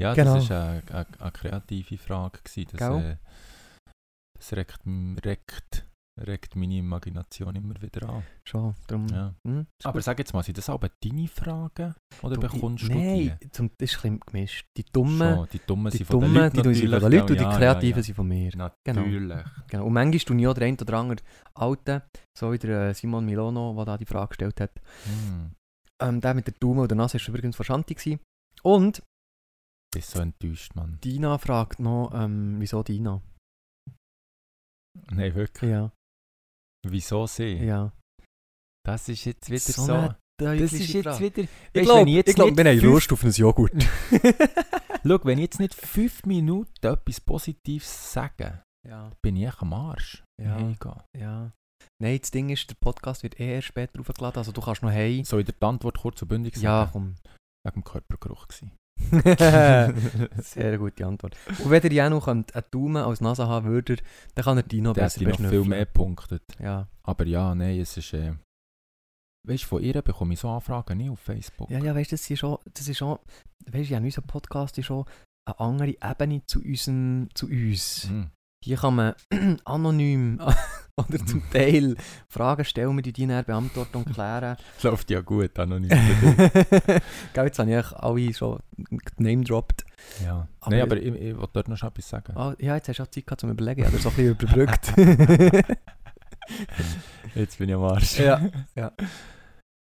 Speaker 2: Ja,
Speaker 3: Genau.
Speaker 2: das war eine, eine, eine kreative Frage. Gewesen. Das,
Speaker 3: Gell?
Speaker 2: äh, das regt, m- regt, regt meine Imagination immer wieder an.
Speaker 3: Schon, darum...
Speaker 2: Ja. Ah,
Speaker 3: Hm, ist
Speaker 2: Aber
Speaker 3: gut.
Speaker 2: sag jetzt mal, sind das auch deine Fragen? Oder
Speaker 3: Du,
Speaker 2: bekommst du die?
Speaker 3: Nein, zum, das ist ein bisschen gemischt. Die Dummen,
Speaker 2: Schon, die Dummen
Speaker 3: die
Speaker 2: sind von den
Speaker 3: Dummen,
Speaker 2: Leuten
Speaker 3: die tun sie von den Leuten und die
Speaker 2: natürlich, gell? Ja, ja,
Speaker 3: Kreativen
Speaker 2: ja.
Speaker 3: sind von mir. Genau.
Speaker 2: Natürlich.
Speaker 3: Genau. Und manchmal tun ich auch der ein oder andere Alte, so wie der äh, Simon Milono, der da die Frage gestellt hat.
Speaker 2: Hm.
Speaker 3: Ähm, der mit der Dumme und der Nase war übrigens von Shanti. gewesen. Und
Speaker 2: Bist so enttäuscht, Mann.
Speaker 3: Dina fragt noch, ähm, wieso Dina?
Speaker 2: Nein, wirklich.
Speaker 3: Ja,
Speaker 2: Wieso sie?
Speaker 3: ja.
Speaker 2: Das ist jetzt wieder so.
Speaker 3: So eine
Speaker 2: das ist jetzt wieder. Weisst,
Speaker 3: Ich glaube,
Speaker 2: wenn ich jetzt
Speaker 3: ich glaub,
Speaker 2: nicht
Speaker 3: wir haben
Speaker 2: fünf-
Speaker 3: Lust auf ein Joghurt.
Speaker 2: Schau, wenn ich jetzt nicht fünf Minuten etwas Positives sage,
Speaker 3: ja,
Speaker 2: bin ich echt am Arsch.
Speaker 3: Ja.
Speaker 2: Mega.
Speaker 3: ja. Nein, das Ding ist, der Podcast wird eh erst später aufgeladen, also du kannst noch hey.
Speaker 2: Soll ich dir die Antwort kurz und bündig sagen?
Speaker 3: Ja, komm.
Speaker 2: Wegen dem Körpergeruch. gewesen.
Speaker 3: Sehr gute Antwort. Und wenn der Janu könnt einen Daumen als Nase haben würde, dann kann er die noch
Speaker 2: Der
Speaker 3: besser
Speaker 2: hätte noch viel
Speaker 3: beschnüffeln.
Speaker 2: mehr punktet.
Speaker 3: Ja.
Speaker 2: Aber ja, nein, es ist. Äh, weißt du, von ihr bekomme ich so Anfragen nicht auf Facebook.
Speaker 3: ja, ja, weißt du, das ist schon, das ist schon, weißt du, Janu, unser Podcast ist schon eine andere Ebene zu, unserem, zu uns.
Speaker 2: Hm.
Speaker 3: Hier kann man anonym Oder zum Teil Fragen stellen wir die, die dann beantworten und klären.
Speaker 2: Läuft ja gut, da noch nicht.
Speaker 3: Gell, jetzt habe ich eigentlich alle schon name dropped.
Speaker 2: ja.
Speaker 3: Aber-
Speaker 2: Nein, aber ich, ich will dort noch schnell etwas sagen.
Speaker 3: Ah, ja, jetzt hast du auch Zeit gehabt zum Überlegen, aber so ein bisschen überbrückt.
Speaker 2: Jetzt bin ich am Arsch.
Speaker 3: Ja, ja.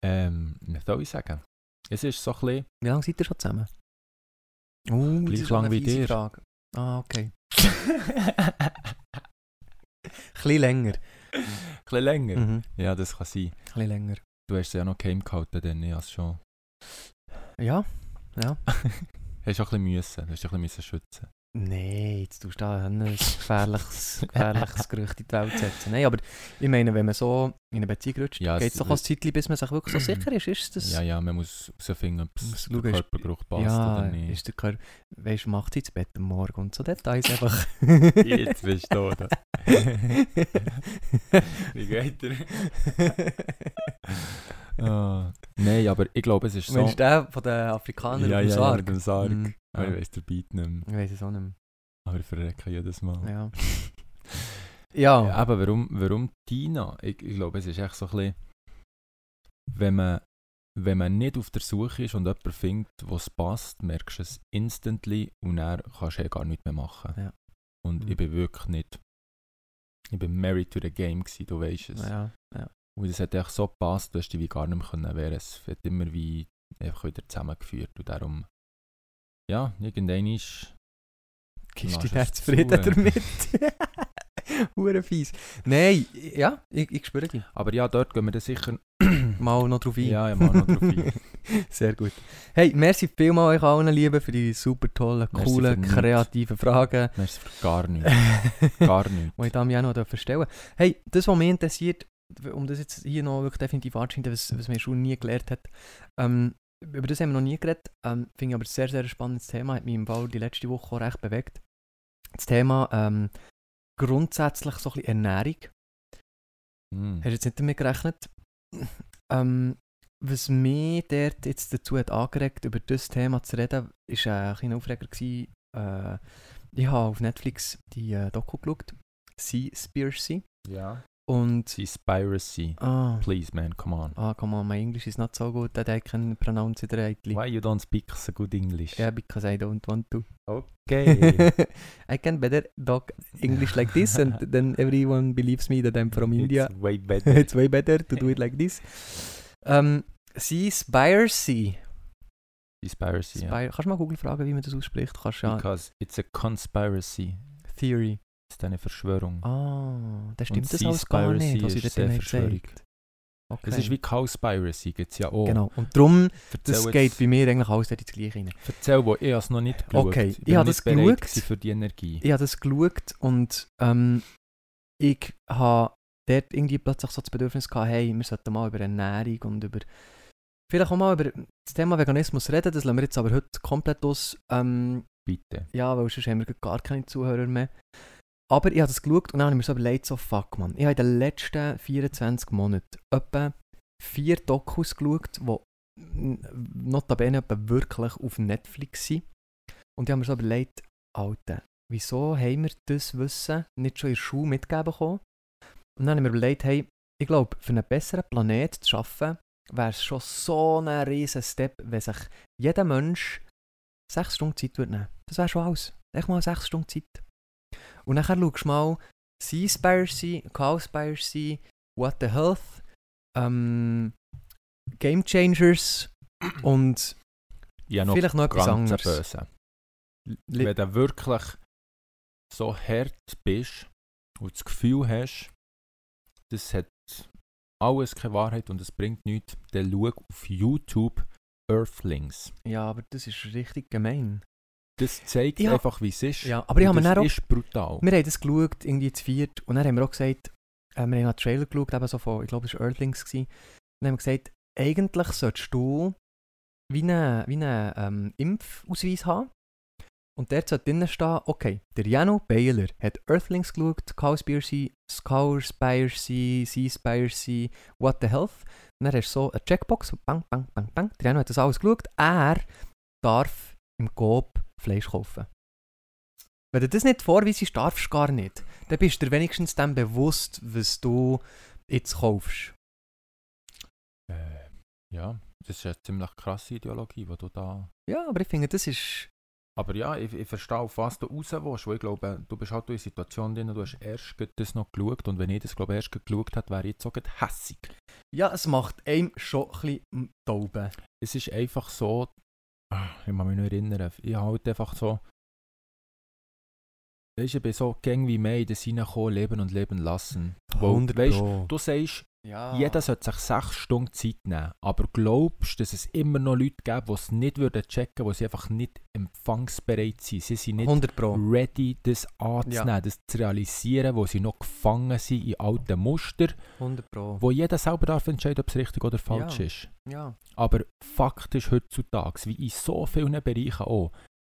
Speaker 2: Ähm, was soll ich sagen? Es ist so ein bisschen...
Speaker 3: Wie lange seid ihr schon zusammen? Oh,
Speaker 2: Gleich
Speaker 3: das ist schon
Speaker 2: lang
Speaker 3: eine
Speaker 2: wie
Speaker 3: fiese
Speaker 2: dir.
Speaker 3: Frage. Ah, okay. Ein bisschen länger.
Speaker 2: Ein bisschen länger.
Speaker 3: Mhm. Ein
Speaker 2: Ja, das kann sein.
Speaker 3: bisschen länger.
Speaker 2: Du hast es ja noch geheim gehalten, denn ich habe es schon...
Speaker 3: Ja?
Speaker 2: Hast du auch ein bisschen müssen. Du hast dich ein bisschen müssen schützen.
Speaker 3: Nein, jetzt tust du da ein gefährliches, gefährliches Gerücht in die Welt setzen. Nein, aber ich meine, wenn man so in eine Beziehung rutscht,
Speaker 2: Ja,
Speaker 3: geht es
Speaker 2: es-
Speaker 3: doch auch ein Zeitchen, bis man sich wirklich so sicher ist. Ist das...
Speaker 2: Ja, ja, man muss herausfinden, ob
Speaker 3: Muss
Speaker 2: es
Speaker 3: schauen,
Speaker 2: der
Speaker 3: ist-
Speaker 2: Körpergeruch passt
Speaker 3: Ja,
Speaker 2: oder nicht.
Speaker 3: ist der Körper... Weißt du, macht sie ins Bett am Morgen und so Details einfach.
Speaker 2: Jetzt bist du da. Wie geht der? Ah, Nein, aber ich glaube, es ist so...
Speaker 3: Mensch, der von den Afrikanern
Speaker 2: ja,
Speaker 3: auf dem
Speaker 2: ja, ja,
Speaker 3: Sarg?
Speaker 2: mit dem Sarg.
Speaker 3: Mhm.
Speaker 2: Aber
Speaker 3: Ja.
Speaker 2: ich weiss den Beat nicht mehr.
Speaker 3: Ich weiß es auch nicht
Speaker 2: Aber ich verrecke jedes Mal.
Speaker 3: mehr. Ja. ja.
Speaker 2: Ja, aber warum, warum Tina? Ich, ich glaube, es ist echt so ein bisschen, wenn man, wenn man nicht auf der Suche ist und jemanden findet, was passt, merkst du es instantly und dann kannst du ja gar nichts mehr machen.
Speaker 3: Ja.
Speaker 2: Und
Speaker 3: Mhm.
Speaker 2: ich bin wirklich nicht. Ich bin married to the game, gewesen, du weißt es.
Speaker 3: ja. ja.
Speaker 2: Und es hat echt so gepasst, du hast dich wie gar nicht mehr können wehren. Es hat immer wie einfach wieder zusammengeführt. Und darum, ja, irgendwann ist.
Speaker 3: Gibst
Speaker 2: Lass
Speaker 3: du dich
Speaker 2: es
Speaker 3: nicht zufrieden
Speaker 2: zu.
Speaker 3: damit? Hure fies. Nein, ja, ich, ich spüre dich.
Speaker 2: Aber ja, dort gehen wir dann sicher.
Speaker 3: Mal noch drauf ein.
Speaker 2: Ja, ja, mal noch drauf ein.
Speaker 3: Sehr gut. Hey, merci vielmals euch allen Lieben für die super tollen,
Speaker 2: Merci für
Speaker 3: coolen,
Speaker 2: nichts.
Speaker 3: kreativen Fragen.
Speaker 2: Nein, es ist gar nichts. Gar nichts.
Speaker 3: die ich da mir auch noch dürfen stellen Hey, das, was mich interessiert, um das jetzt hier noch wirklich definitiv anzuschneiden, was, was man schon nie gelernt hat, ähm, über das haben wir noch nie geredet, ähm, finde ich aber ein sehr, sehr spannendes Thema, hat mich im Fall die letzte Woche auch recht bewegt. Das Thema ähm, grundsätzlich so ein bisschen Ernährung.
Speaker 2: Mm.
Speaker 3: Hast du jetzt nicht damit gerechnet? Ähm, was mich dort jetzt dazu hat angeregt, über das Thema zu reden, ist äh, ein kleiner Aufreger. Gewesen. Äh, ich habe auf Netflix die äh, Doku geschaut, Seaspiracy.
Speaker 2: Ja.
Speaker 3: Und.
Speaker 2: Seaspiracy.
Speaker 3: Ah,
Speaker 2: Please, man, come on.
Speaker 3: ah come on, my English is not so good that I can pronounce it rightly.
Speaker 2: Why you don't speak so good English?
Speaker 3: Yeah, because I don't want to.
Speaker 2: Okay.
Speaker 3: I can better talk English like this and then everyone believes me that I'm from India.
Speaker 2: It's way better.
Speaker 3: It's way better to do it like this. Ähm, Seaspiracy.
Speaker 2: Seaspiracy, ja.
Speaker 3: Spir- Kannst du mal Google fragen, wie man das ausspricht? Kannst du ja.
Speaker 2: Because it's a conspiracy.
Speaker 3: Theory.
Speaker 2: Es ist eine Verschwörung.
Speaker 3: Ah, das stimmt
Speaker 2: Und
Speaker 3: das alles gar
Speaker 2: Seaspiracy
Speaker 3: nicht, was ich
Speaker 2: ist
Speaker 3: dort
Speaker 2: sehr
Speaker 3: nicht gesagt
Speaker 2: verschwörig.
Speaker 3: okay.
Speaker 2: Es ist wie Cowspiracy, gibt es ja auch.
Speaker 3: Genau. Und darum, das
Speaker 2: Erzähl
Speaker 3: geht
Speaker 2: jetzt-
Speaker 3: bei mir eigentlich alles dort ins Gleiche rein.
Speaker 2: Erzähl, wo ich habe es noch nicht geschaut.
Speaker 3: Okay, ich
Speaker 2: bin
Speaker 3: habe
Speaker 2: nicht
Speaker 3: das
Speaker 2: bereit
Speaker 3: geschaut.
Speaker 2: gewesen für die Energie.
Speaker 3: ich habe das geschaut und ähm, ich habe dort irgendwie plötzlich so das Bedürfnis gehabt, hey, wir sollten mal über Ernährung und über vielleicht auch mal über das Thema Veganismus reden, das lassen wir jetzt aber heute komplett aus. Ähm,
Speaker 2: Bitte.
Speaker 3: ja, weil sonst haben wir gar keine Zuhörer mehr. Aber ich habe das geschaut und dann habe ich mir so überlegt, so fuck man, ich habe in den letzten 24 Monaten etwa vier Dokus geschaut, die n- notabene etwa wirklich auf Netflix sind. Und ich habe mir so überlegt, Alter, wieso haben wir das Wissen nicht schon in der Schule mitgegeben bekommen? Und dann habe ich mir überlegt, hey, ich glaube, für einen besseren Planet zu schaffen, wäre es schon so ein riesen Step, wenn sich jeder Mensch sechs Stunden Zeit würde nehmen. Das wäre schon alles. Echt mal sechs Stunden Zeit. Und nachher schaust du mal Seaspiracy, Cowspiracy, What the Health, ähm, Game Changers und
Speaker 2: Ich habe noch
Speaker 3: vielleicht noch etwas
Speaker 2: ganz
Speaker 3: anderes.
Speaker 2: böse.
Speaker 3: Li-
Speaker 2: Wenn du wirklich so hart bist und das Gefühl hast, das hat alles keine Wahrheit und es bringt nichts, dann schau auf YouTube Earthlings.
Speaker 3: Ja, aber das ist richtig gemein.
Speaker 2: Das zeigt
Speaker 3: Ja.
Speaker 2: einfach, wie es ist.
Speaker 3: Ja, aber ich
Speaker 2: Und
Speaker 3: habe mir
Speaker 2: das
Speaker 3: dann auch-
Speaker 2: ist brutal.
Speaker 3: Wir haben das geschaut, irgendwie zu viert, und dann haben wir auch gesagt, äh, wir haben einen Trailer geschaut, eben so von, ich glaube, es war Earthlings, gewesen. und dann haben wir gesagt, eigentlich solltest du wie einen wie eine, ähm, Impfausweis haben, und dort sollte drinnen stehen, okay, der Jano Baylor hat Earthlings geschaut, Cowspiracy, Cowspiracy, Seaspiracy, What the Health, und dann hast du so eine Checkbox, bang, bang, bang, bang, der Jano hat das alles geschaut, er darf im Coop Fleisch kaufen. Wenn du das nicht vorweisest, darfst du gar nicht. Dann bist du dir wenigstens dann bewusst, was du jetzt kaufst.
Speaker 2: Äh, ja, das ist eine ziemlich krasse Ideologie, die du da.
Speaker 3: Ja, aber ich finde, das ist...
Speaker 2: Aber ja, ich, ich verstehe, auf was du raus willst, weil ich glaube, du bist halt in einer Situation drin, du hast erst gerade das noch geschaut und wenn ich das glaube ich, erst gerade geschaut habe, wäre ich jetzt auch gerade hässig.
Speaker 3: Ja, es macht einem schon ein bisschen tauben.
Speaker 2: Es ist einfach so, ah, ich muss mich noch erinnern, ich habe halt einfach so, weißt du, ich bin so gäng wie mehr in das hineinkommen, leben und leben lassen. Weil, weisst,
Speaker 3: Pro.
Speaker 2: du sagst,
Speaker 3: Ja.
Speaker 2: jeder sollte sich sechs Stunden Zeit nehmen, aber glaubst du, dass es immer noch Leute gibt, die es nicht würden checken würden, die sie einfach nicht empfangsbereit sind? Sie sind nicht
Speaker 3: 100 Pro.
Speaker 2: ready, das anzunehmen, das zu realisieren, wo sie noch gefangen sind in alten Mustern,
Speaker 3: 100 Pro.
Speaker 2: wo jeder selber darf entscheiden, ob es richtig oder falsch
Speaker 3: Ja.
Speaker 2: ist.
Speaker 3: Ja.
Speaker 2: Aber Fakt ist heutzutage, wie in so vielen Bereichen auch,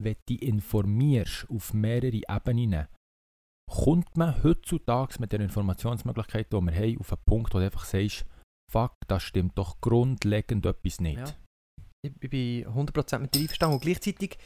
Speaker 2: wenn du dich informierst auf mehrere Ebenen, kommt man heutzutage mit der Informationsmöglichkeit, die wir haben, auf einen Punkt, wo du einfach sagst, fuck, da stimmt doch grundlegend etwas nicht.
Speaker 3: Ja. Ich, ich bin 100% mit dir einverstanden und gleichzeitig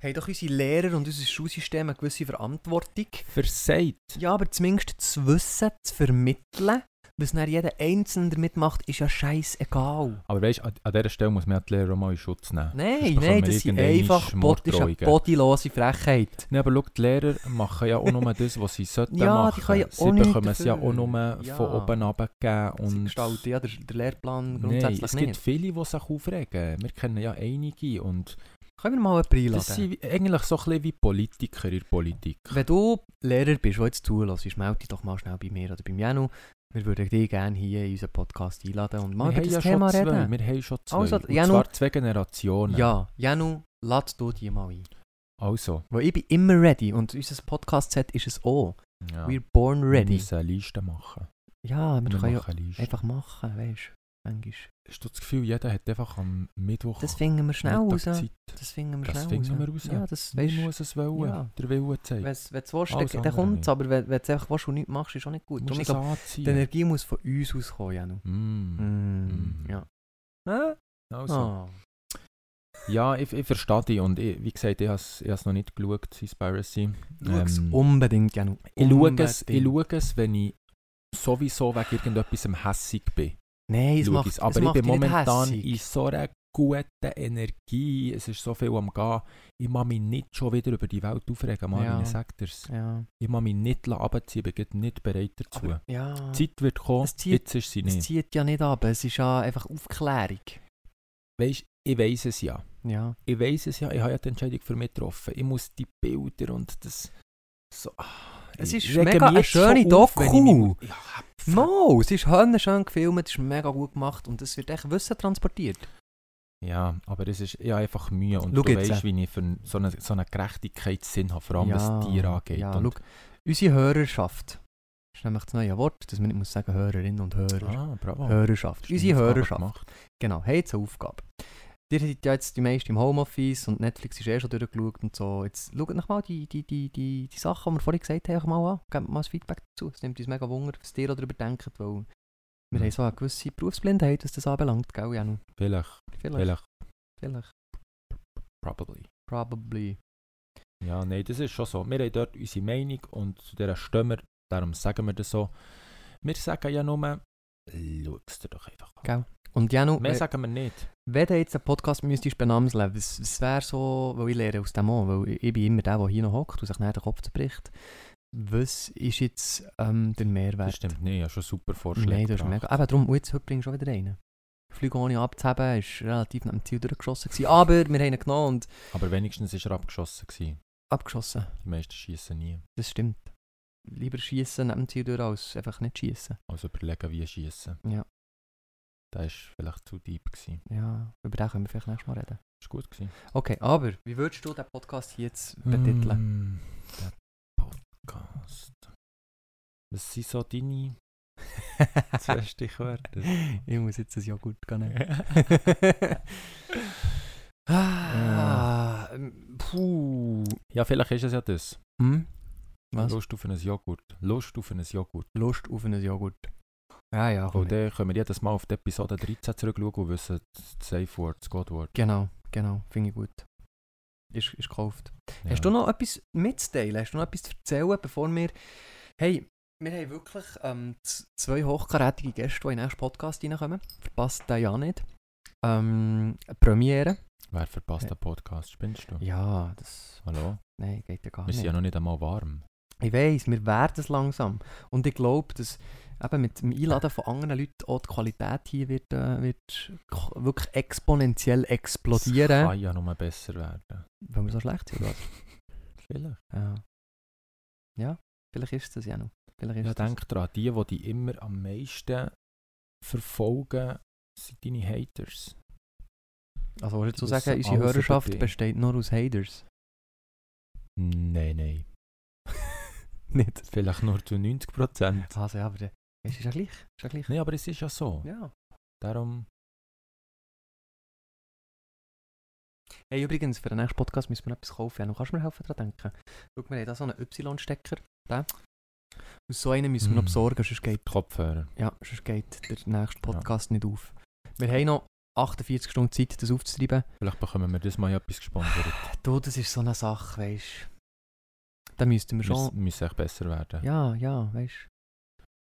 Speaker 3: haben doch unsere Lehrer und unser Schulsystem eine gewisse Verantwortung.
Speaker 2: Versagt.
Speaker 3: Ja, aber zumindest das Wissen zu vermitteln, was dann jeder Einzelne damit macht, ist ja scheißegal.
Speaker 2: Aber weißt du, an, an dieser Stelle muss man ja die Lehrer auch mal in Schutz nehmen.
Speaker 3: Nein,
Speaker 2: Sonst bekommen
Speaker 3: nein,
Speaker 2: wir
Speaker 3: das ist
Speaker 2: irgendwann
Speaker 3: einfach bod das ist eine
Speaker 2: Morddrohungen.
Speaker 3: bodylose Frechheit.
Speaker 2: Nein, aber schau, die Lehrer machen ja auch nur das, was sie sollten
Speaker 3: Ja, die
Speaker 2: machen.
Speaker 3: können ja auch
Speaker 2: sie
Speaker 3: nichts
Speaker 2: bekommen es ja
Speaker 3: dafür.
Speaker 2: auch nur
Speaker 3: Ja.
Speaker 2: von oben runtergegeben.
Speaker 3: Sie
Speaker 2: Und
Speaker 3: gestalten ja den, den Lehrplan
Speaker 2: Nein,
Speaker 3: grundsätzlich
Speaker 2: es gibt
Speaker 3: nicht.
Speaker 2: viele, die sich aufregen. Wir kennen ja einige und
Speaker 3: Können wir mal jemanden
Speaker 2: das
Speaker 3: einladen?
Speaker 2: sind eigentlich so ein bisschen wie Politiker in der Politik.
Speaker 3: Wenn du Lehrer bist, der jetzt zulässt, melde dich doch mal schnell bei mir oder beim Janu. Wir würden dich gerne hier in unseren Podcast einladen und mal
Speaker 2: wir
Speaker 3: über
Speaker 2: haben
Speaker 3: das
Speaker 2: ja
Speaker 3: Thema
Speaker 2: schon zwei,
Speaker 3: reden.
Speaker 2: wir haben schon zwei.
Speaker 3: Also,
Speaker 2: und
Speaker 3: ja, nur-
Speaker 2: zwar zwei Generationen.
Speaker 3: Ja, Janu, lass du die mal ein.
Speaker 2: Also,
Speaker 3: Weil ich bin immer ready und unser Podcast-Set ist es auch.
Speaker 2: ja.
Speaker 3: We're born
Speaker 2: wir
Speaker 3: ready.
Speaker 2: müssen eine Liste machen.
Speaker 3: Ja, wir
Speaker 2: Wir machen
Speaker 3: können ja
Speaker 2: eine Liste.
Speaker 3: einfach machen, weißt du. Manchmal.
Speaker 2: Hast du das Gefühl, jeder hat einfach am Mittwoch
Speaker 3: Das finden wir schnell raus.
Speaker 2: Mittag
Speaker 3: Das
Speaker 2: Oh, Zeit.
Speaker 3: finden wir
Speaker 2: Das
Speaker 3: schnell
Speaker 2: finden wir raus.
Speaker 3: raus. Ja, das
Speaker 2: Man
Speaker 3: weißt du.
Speaker 2: muss es wollen,
Speaker 3: Ja.
Speaker 2: der Wille zeigt.
Speaker 3: Wenn es willst, dann,
Speaker 2: Alles
Speaker 3: dann
Speaker 2: andere
Speaker 3: kommt es.
Speaker 2: nicht.
Speaker 3: Aber wenn wenn du es einfach willst und nichts machst, ist auch nicht gut.
Speaker 2: Musst
Speaker 3: Und
Speaker 2: du
Speaker 3: ich
Speaker 2: es
Speaker 3: glaube,
Speaker 2: anziehen.
Speaker 3: die Energie muss von uns auskommen, Janu.
Speaker 2: Mm.
Speaker 3: Mm.
Speaker 2: Mm.
Speaker 3: Ja. Hä?
Speaker 2: Also.
Speaker 3: Ah.
Speaker 2: Ja, ich, ich verstehe dich und ich, wie gesagt, ich habe es ich habe es noch nicht geschaut, Seaspiracy.
Speaker 3: Schau's um
Speaker 2: Ähm,
Speaker 3: unbedingt, Janu.
Speaker 2: Ich schaue, es, ich
Speaker 3: Unbedingt.
Speaker 2: schaue es, wenn ich sowieso wegen irgendetwas hässig bin.
Speaker 3: Nein, es
Speaker 2: Schaue
Speaker 3: macht,
Speaker 2: ich's.
Speaker 3: es
Speaker 2: Aber ich
Speaker 3: macht
Speaker 2: bin
Speaker 3: dich nicht
Speaker 2: momentan
Speaker 3: hässig.
Speaker 2: in so einer guten Energie. Es ist so viel am Gehen. Ich mag mich nicht schon wieder über die Welt aufregen, Mann.
Speaker 3: Ja.
Speaker 2: Ja. Sagt er's.
Speaker 3: Ja.
Speaker 2: Ich mag mich nicht runterziehen, ich bin gerade nicht bereit dazu.
Speaker 3: Aber, ja.
Speaker 2: Die Zeit wird kommen,
Speaker 3: Es zieht-
Speaker 2: jetzt ist sie
Speaker 3: Es
Speaker 2: nicht.
Speaker 3: zieht ja nicht ab, es ist ja einfach Aufklärung.
Speaker 2: Weißt ich weiß es ja.
Speaker 3: Ja.
Speaker 2: Ich weiß es ja, ich habe ja die Entscheidung für mich getroffen. Ich muss die Bilder und das... So, ah,
Speaker 3: Es
Speaker 2: ich
Speaker 3: ist
Speaker 2: rege
Speaker 3: mega
Speaker 2: mich
Speaker 3: eine
Speaker 2: jetzt schon
Speaker 3: schöne
Speaker 2: auf, wenn ich mich-
Speaker 3: Doku.
Speaker 2: Ja,
Speaker 3: Mo, es ist wunderschön gefilmt, es ist mega gut gemacht und es wird echt Wissen transportiert.
Speaker 2: Ja, aber das ist ja einfach Mühe und
Speaker 3: Schau
Speaker 2: du
Speaker 3: jetzt,
Speaker 2: weißt,
Speaker 3: äh.
Speaker 2: wie ich für n- so einen so eine Gerechtigkeitssinn habe, vor allem was Tiere angeht.
Speaker 3: Ja,
Speaker 2: und,
Speaker 3: schau, unsere Hörerschaft. Das ist nämlich das neue Wort, dass man nicht muss sagen Hörerinnen und Hörer.
Speaker 2: ah, bravo.
Speaker 3: Hörerschaft.
Speaker 2: Hast du
Speaker 3: Unsere
Speaker 2: eine Aufgabe
Speaker 3: Hörerschaft.
Speaker 2: gemacht?
Speaker 3: Genau, hey, jetzt eine Aufgabe. Ihr seid ja jetzt die meisten im Homeoffice und Netflix ist eh schon durchgeschaut und so. Jetzt schaut noch mal die, die, die, die, die Sachen, die wir vorhin gesagt haben, einfach mal an. Gebt mal ein Feedback dazu. Es nimmt uns mega Wunder, was ihr darüber denkt, weil wir
Speaker 2: Hm.
Speaker 3: haben so eine gewisse Berufsblindheit, was das anbelangt, gell, Janu?
Speaker 2: Vielleicht,
Speaker 3: Vielleicht,
Speaker 2: vielleicht,
Speaker 3: vielleicht.
Speaker 2: probably.
Speaker 3: Probably.
Speaker 2: Ja, nein, das ist schon so. Wir haben dort unsere Meinung und zu dieser stimmen wir, darum sagen wir das so. Wir sagen ja nur, schau es dir doch einfach an.
Speaker 3: Und Janu,
Speaker 2: Mehr
Speaker 3: wenn-
Speaker 2: sagen wir nicht.
Speaker 3: wenn du jetzt einen Podcast müsstest benamseln, was, was wäre so, weil ich lehre aus dem an, weil ich, ich bin immer der, der hier noch hockt und sich nicht den Kopf zerbricht. Was ist jetzt ähm, der Mehrwert?
Speaker 2: Das stimmt nicht, ich habe schon super Vorschläge
Speaker 3: Nein, das ist
Speaker 2: gebracht.
Speaker 3: mega. Eben darum, und jetzt heute bringst du schon wieder einen. Flüge ohne abzuheben, ist relativ nach dem Ziel durchgeschossen. Gewesen. Aber wir haben ihn genommen und
Speaker 2: Aber wenigstens ist er abgeschossen. Gewesen.
Speaker 3: abgeschossen.
Speaker 2: Die meisten schießen nie.
Speaker 3: Das stimmt. Lieber schießen nach dem Ziel durch, als einfach nicht schießen.
Speaker 2: Also überlegen, wie schießen.
Speaker 3: Ja.
Speaker 2: Das war vielleicht zu deep. Gewesen.
Speaker 3: Ja, über den können wir vielleicht nächstes Mal
Speaker 2: Das
Speaker 3: reden.
Speaker 2: war gut. Gewesen.
Speaker 3: Okay, aber wie würdest du den Podcast hier jetzt betiteln?
Speaker 2: Mm, der Podcast. Was sind so deine zwei Stichwörter?
Speaker 3: ich muss jetzt ein Jahr gut gehen.
Speaker 2: Ah.
Speaker 3: ah, ähm, puh.
Speaker 2: ja, vielleicht ist es ja das.
Speaker 3: Hm? Was?
Speaker 2: Lust auf ein Joghurt. Lust auf ein Joghurt.
Speaker 3: Lust auf ein Joghurt. Ja, ja, komm.
Speaker 2: Und dann können wir jedes Mal auf die Episode 13 zurückschauen und wissen, das Safe Word, das Godword.
Speaker 3: Genau, genau, finde ich gut. ist, ist gekauft.
Speaker 2: Ja.
Speaker 3: Hast du noch etwas mitzuteilen? Hast du noch etwas zu erzählen, bevor wir... Hey, wir haben wirklich ähm, z- zwei hochkarätige Gäste, die in den nächsten Podcast reinkommen. Verpasst den ja nicht. Ähm, eine Premiere.
Speaker 2: Wer verpasst den Podcast? Spinnst du?
Speaker 3: Äh. Ja, das...
Speaker 2: Hallo?
Speaker 3: Nein, geht ja gar
Speaker 2: Wir
Speaker 3: nicht.
Speaker 2: sind ja noch nicht einmal warm.
Speaker 3: Ich weiß, wir werden es langsam. Und ich glaube, dass eben mit dem Einladen von anderen Leuten auch die Qualität hier wird, äh, wird k- wirklich exponentiell
Speaker 2: Es
Speaker 3: explodieren.
Speaker 2: kann ja nur besser werden.
Speaker 3: Wenn wir so schlecht sind, oder?
Speaker 2: Vielleicht.
Speaker 3: Ja. Äh, ja, vielleicht ist es das ja noch. Vielleicht ist
Speaker 2: Ja,
Speaker 3: es das.
Speaker 2: denk dran, die, die dich immer am meisten verfolgen, sind deine Haters.
Speaker 3: Also wolltest du
Speaker 2: Die wissen
Speaker 3: sagen, unsere
Speaker 2: alles über
Speaker 3: Hörerschaft
Speaker 2: dich.
Speaker 3: besteht nur aus Haters?
Speaker 2: Nein, nein.
Speaker 3: Nicht.
Speaker 2: Vielleicht nur zu 90%.
Speaker 3: Also ja, aber der- es ist ja gleich. Ist ja gleich.
Speaker 2: Nein, aber es ist ja so.
Speaker 3: Ja.
Speaker 2: Darum,
Speaker 3: Hey, übrigens, für den nächsten Podcast müssen wir noch etwas kaufen. Ja, noch kannst du mir helfen, daran denken. Schau, wir haben da so einen Y-Stecker. Den. Und so einen müssen wir noch
Speaker 2: Mm.
Speaker 3: besorgen, sonst geht
Speaker 2: Kopfhörer.
Speaker 3: Ja, sonst geht der nächste Podcast nicht auf. Wir haben noch 48 Stunden Zeit, das aufzutreiben.
Speaker 2: Vielleicht bekommen wir das mal etwas gesponsert.
Speaker 3: Du, das ist so eine Sache, weißt du. Da müssten wir
Speaker 2: Wir müssen-
Speaker 3: schon.
Speaker 2: müssen echt besser werden.
Speaker 3: Ja, ja, weißt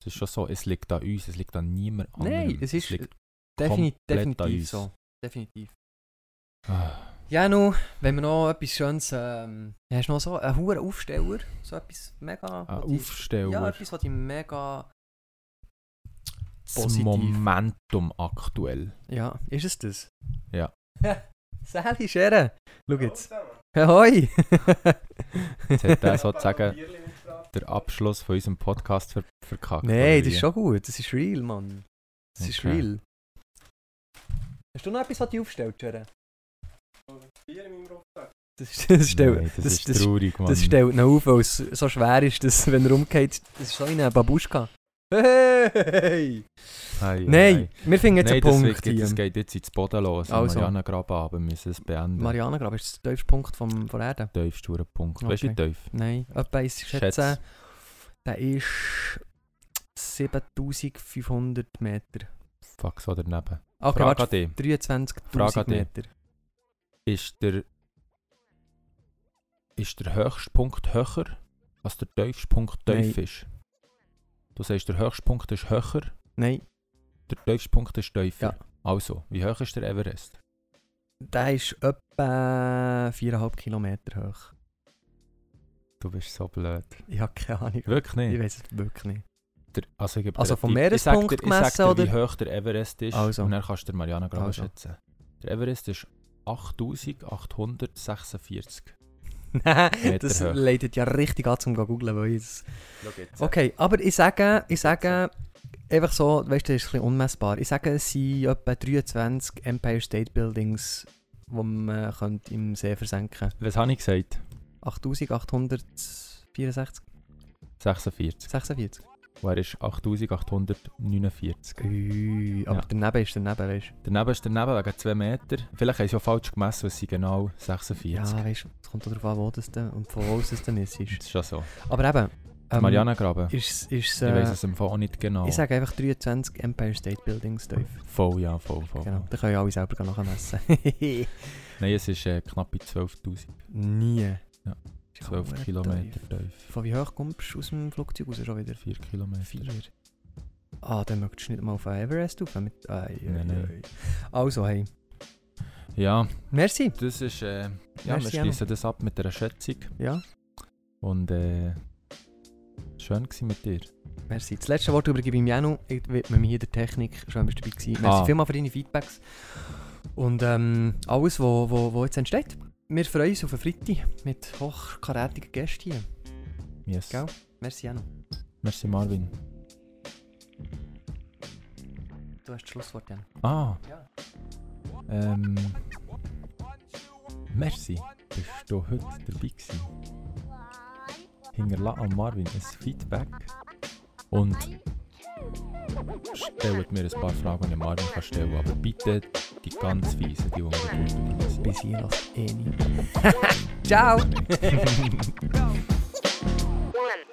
Speaker 2: Es ist schon so, es liegt an uns, es liegt an niemand
Speaker 3: du.
Speaker 2: anderem.
Speaker 3: Nein, es ist
Speaker 2: liegt,
Speaker 3: defini
Speaker 2: komplett an
Speaker 3: definitiv
Speaker 2: uns.
Speaker 3: so. Definitiv.
Speaker 2: ah,
Speaker 3: Ja, nun, wenn wir noch etwas Schönes. Ähm, hast du noch so einen hohen Aufsteller? So etwas mega.
Speaker 2: ein
Speaker 3: was dich-
Speaker 2: Aufsteller.
Speaker 3: Ja, etwas, was dich mega.
Speaker 2: das
Speaker 3: positiv-
Speaker 2: Momentum aktuell.
Speaker 3: Ja, ist es das?
Speaker 2: Ja.
Speaker 3: dus. Sally Scherer, schau jetzt. Ahoi!
Speaker 2: Jetzt hat der sozusagen den Abschluss von unserem Podcast ver verkackt. oder
Speaker 3: Nein, das
Speaker 2: wie?
Speaker 3: ist schon gut. Das ist real, Mann. Das ist
Speaker 2: Okay.
Speaker 3: real. Hast du noch etwas, was dich aufstellt, Jere? Das, ist- das, stell,
Speaker 2: Nein, das, ist
Speaker 3: das,
Speaker 2: traurig, Mann.
Speaker 3: das stellt ihn auf, weil es so schwer ist, dass, wenn er umgeht, das ist so wie eine Babuschka. Hey!
Speaker 2: Hey,
Speaker 3: Nein, wir finden jetzt
Speaker 2: Nein, das,
Speaker 3: einen Punkt
Speaker 2: wird,
Speaker 3: hier.
Speaker 2: das geht jetzt ins Boden los.
Speaker 3: Also.
Speaker 2: Also. Mariana Graben aber wir müssen es beenden. Mariana.
Speaker 3: Mariana, glaube ich, ist der tiefste Punkt vom, von der Erde.
Speaker 2: Tiefst du Punkt. Weißt du, wie
Speaker 3: Okay.
Speaker 2: tief?
Speaker 3: Nein, etwa ich schätze,
Speaker 2: Schätz.
Speaker 3: der ist 7500 Meter. Ah,
Speaker 2: Fuck, so daneben.
Speaker 3: Okay,
Speaker 2: Frage
Speaker 3: warte,
Speaker 2: an dich.
Speaker 3: 23.000
Speaker 2: Frage an dich.
Speaker 3: Meter.
Speaker 2: Ist der, ist der höchste Punkt höher, als der tiefste Punkt tief
Speaker 3: Nein.
Speaker 2: ist? Du sagst, der höchste Punkt ist höher,
Speaker 3: Nein,
Speaker 2: der tiefste Punkt ist tiefer.
Speaker 3: Ja.
Speaker 2: Also, wie hoch ist der Everest?
Speaker 3: der ist etwa 4,5 Kilometer hoch.
Speaker 2: Du bist so blöd.
Speaker 3: Ich habe keine Ahnung.
Speaker 2: Wirklich
Speaker 3: Ich
Speaker 2: nicht.
Speaker 3: weiß es wirklich nicht.
Speaker 2: Der, also, ich gebe
Speaker 3: Also
Speaker 2: dir
Speaker 3: vom
Speaker 2: einen Tipp. Ich sag
Speaker 3: Meerespunkt
Speaker 2: dir- Ich sag dir,
Speaker 3: gemessen,
Speaker 2: wie hoch der Everest ist
Speaker 3: Also.
Speaker 2: und dann kannst du den Mariana Graben
Speaker 3: Also.
Speaker 2: schätzen. Der Everest ist 8846.
Speaker 3: das
Speaker 2: hoch.
Speaker 3: leitet ja richtig an zum googlen, weil ich
Speaker 2: Schau jetzt.
Speaker 3: Okay, aber ich sage, ich sage, einfach so, weißt du, das ist ein bisschen unmessbar. Ich sage, es sind etwa 23 Empire State Buildings, die man könnte im See versenken
Speaker 2: Was habe ich gesagt?
Speaker 3: 8864,
Speaker 2: 46.
Speaker 3: 46.
Speaker 2: Und er ist 8849.
Speaker 3: Ui, aber
Speaker 2: Ja.
Speaker 3: daneben ist daneben, weißt du.
Speaker 2: Daneben ist daneben wegen 2 Meter. Vielleicht haben sie auch falsch gemessen, es sind genau 46.
Speaker 3: Ja, weißt du, es kommt auch darauf an, wo das denn und von wo es denn ist.
Speaker 2: Das ist schon so.
Speaker 3: Aber eben, ähm,
Speaker 2: Mariana Graben.
Speaker 3: ist,
Speaker 2: Ich
Speaker 3: ist,
Speaker 2: weiß
Speaker 3: äh,
Speaker 2: es im Fall auch nicht genau.
Speaker 3: ich sage einfach 23 Empire State Buildings tief.
Speaker 2: voll, ja, voll, voll.
Speaker 3: Genau, da können ja alle selber nachmessen.
Speaker 2: Nein, es ist äh, knappe 12.000.
Speaker 3: Nie.
Speaker 2: Ja,
Speaker 3: Ist ja
Speaker 2: 12
Speaker 3: verdammt
Speaker 2: Kilometer
Speaker 3: tief.
Speaker 2: tief.
Speaker 3: Von wie hoch kommst du aus dem Flugzeug raus schon wieder?
Speaker 2: 4 Kilometer.
Speaker 3: Vier. Ah, dann möchtest du nicht mal auf den Everest rauf. Mit, ei, ei,
Speaker 2: Nein, nein.
Speaker 3: ei. Also, hey.
Speaker 2: Ja,
Speaker 3: Merci.
Speaker 2: das ist. Äh, ja,
Speaker 3: Merci,
Speaker 2: wir schließen das ab mit einer Schätzung.
Speaker 3: Ja,
Speaker 2: Und äh, schön war mit dir.
Speaker 3: merci. Das letzte Wort übergebe ich Janu. Ich widme mich hier der Technik. Schön, bist du dabei gewesen. Merci
Speaker 2: Ah.
Speaker 3: vielmals für deine Feedbacks. Und ähm, alles, was wo, wo, wo jetzt entsteht. Wir freuen uns auf einen Freitag mit hochkarätigen Gästen hier.
Speaker 2: Yes.
Speaker 3: Gell? Merci, Janu.
Speaker 2: Merci, Marvin.
Speaker 3: Du hast das Schlusswort, Janu.
Speaker 2: Ah.
Speaker 3: Ja.
Speaker 2: Ähm. Merci, bist du heute dabei gewesen. Hinterlasse an Marvin ein Feedback und stellt mir ein paar Fragen, die ich Marvin kann stellen Aber bitte die ganz weisen, die, die unbedingt sind.
Speaker 3: Bis hier noch eh nicht. Ciao.
Speaker 4: one.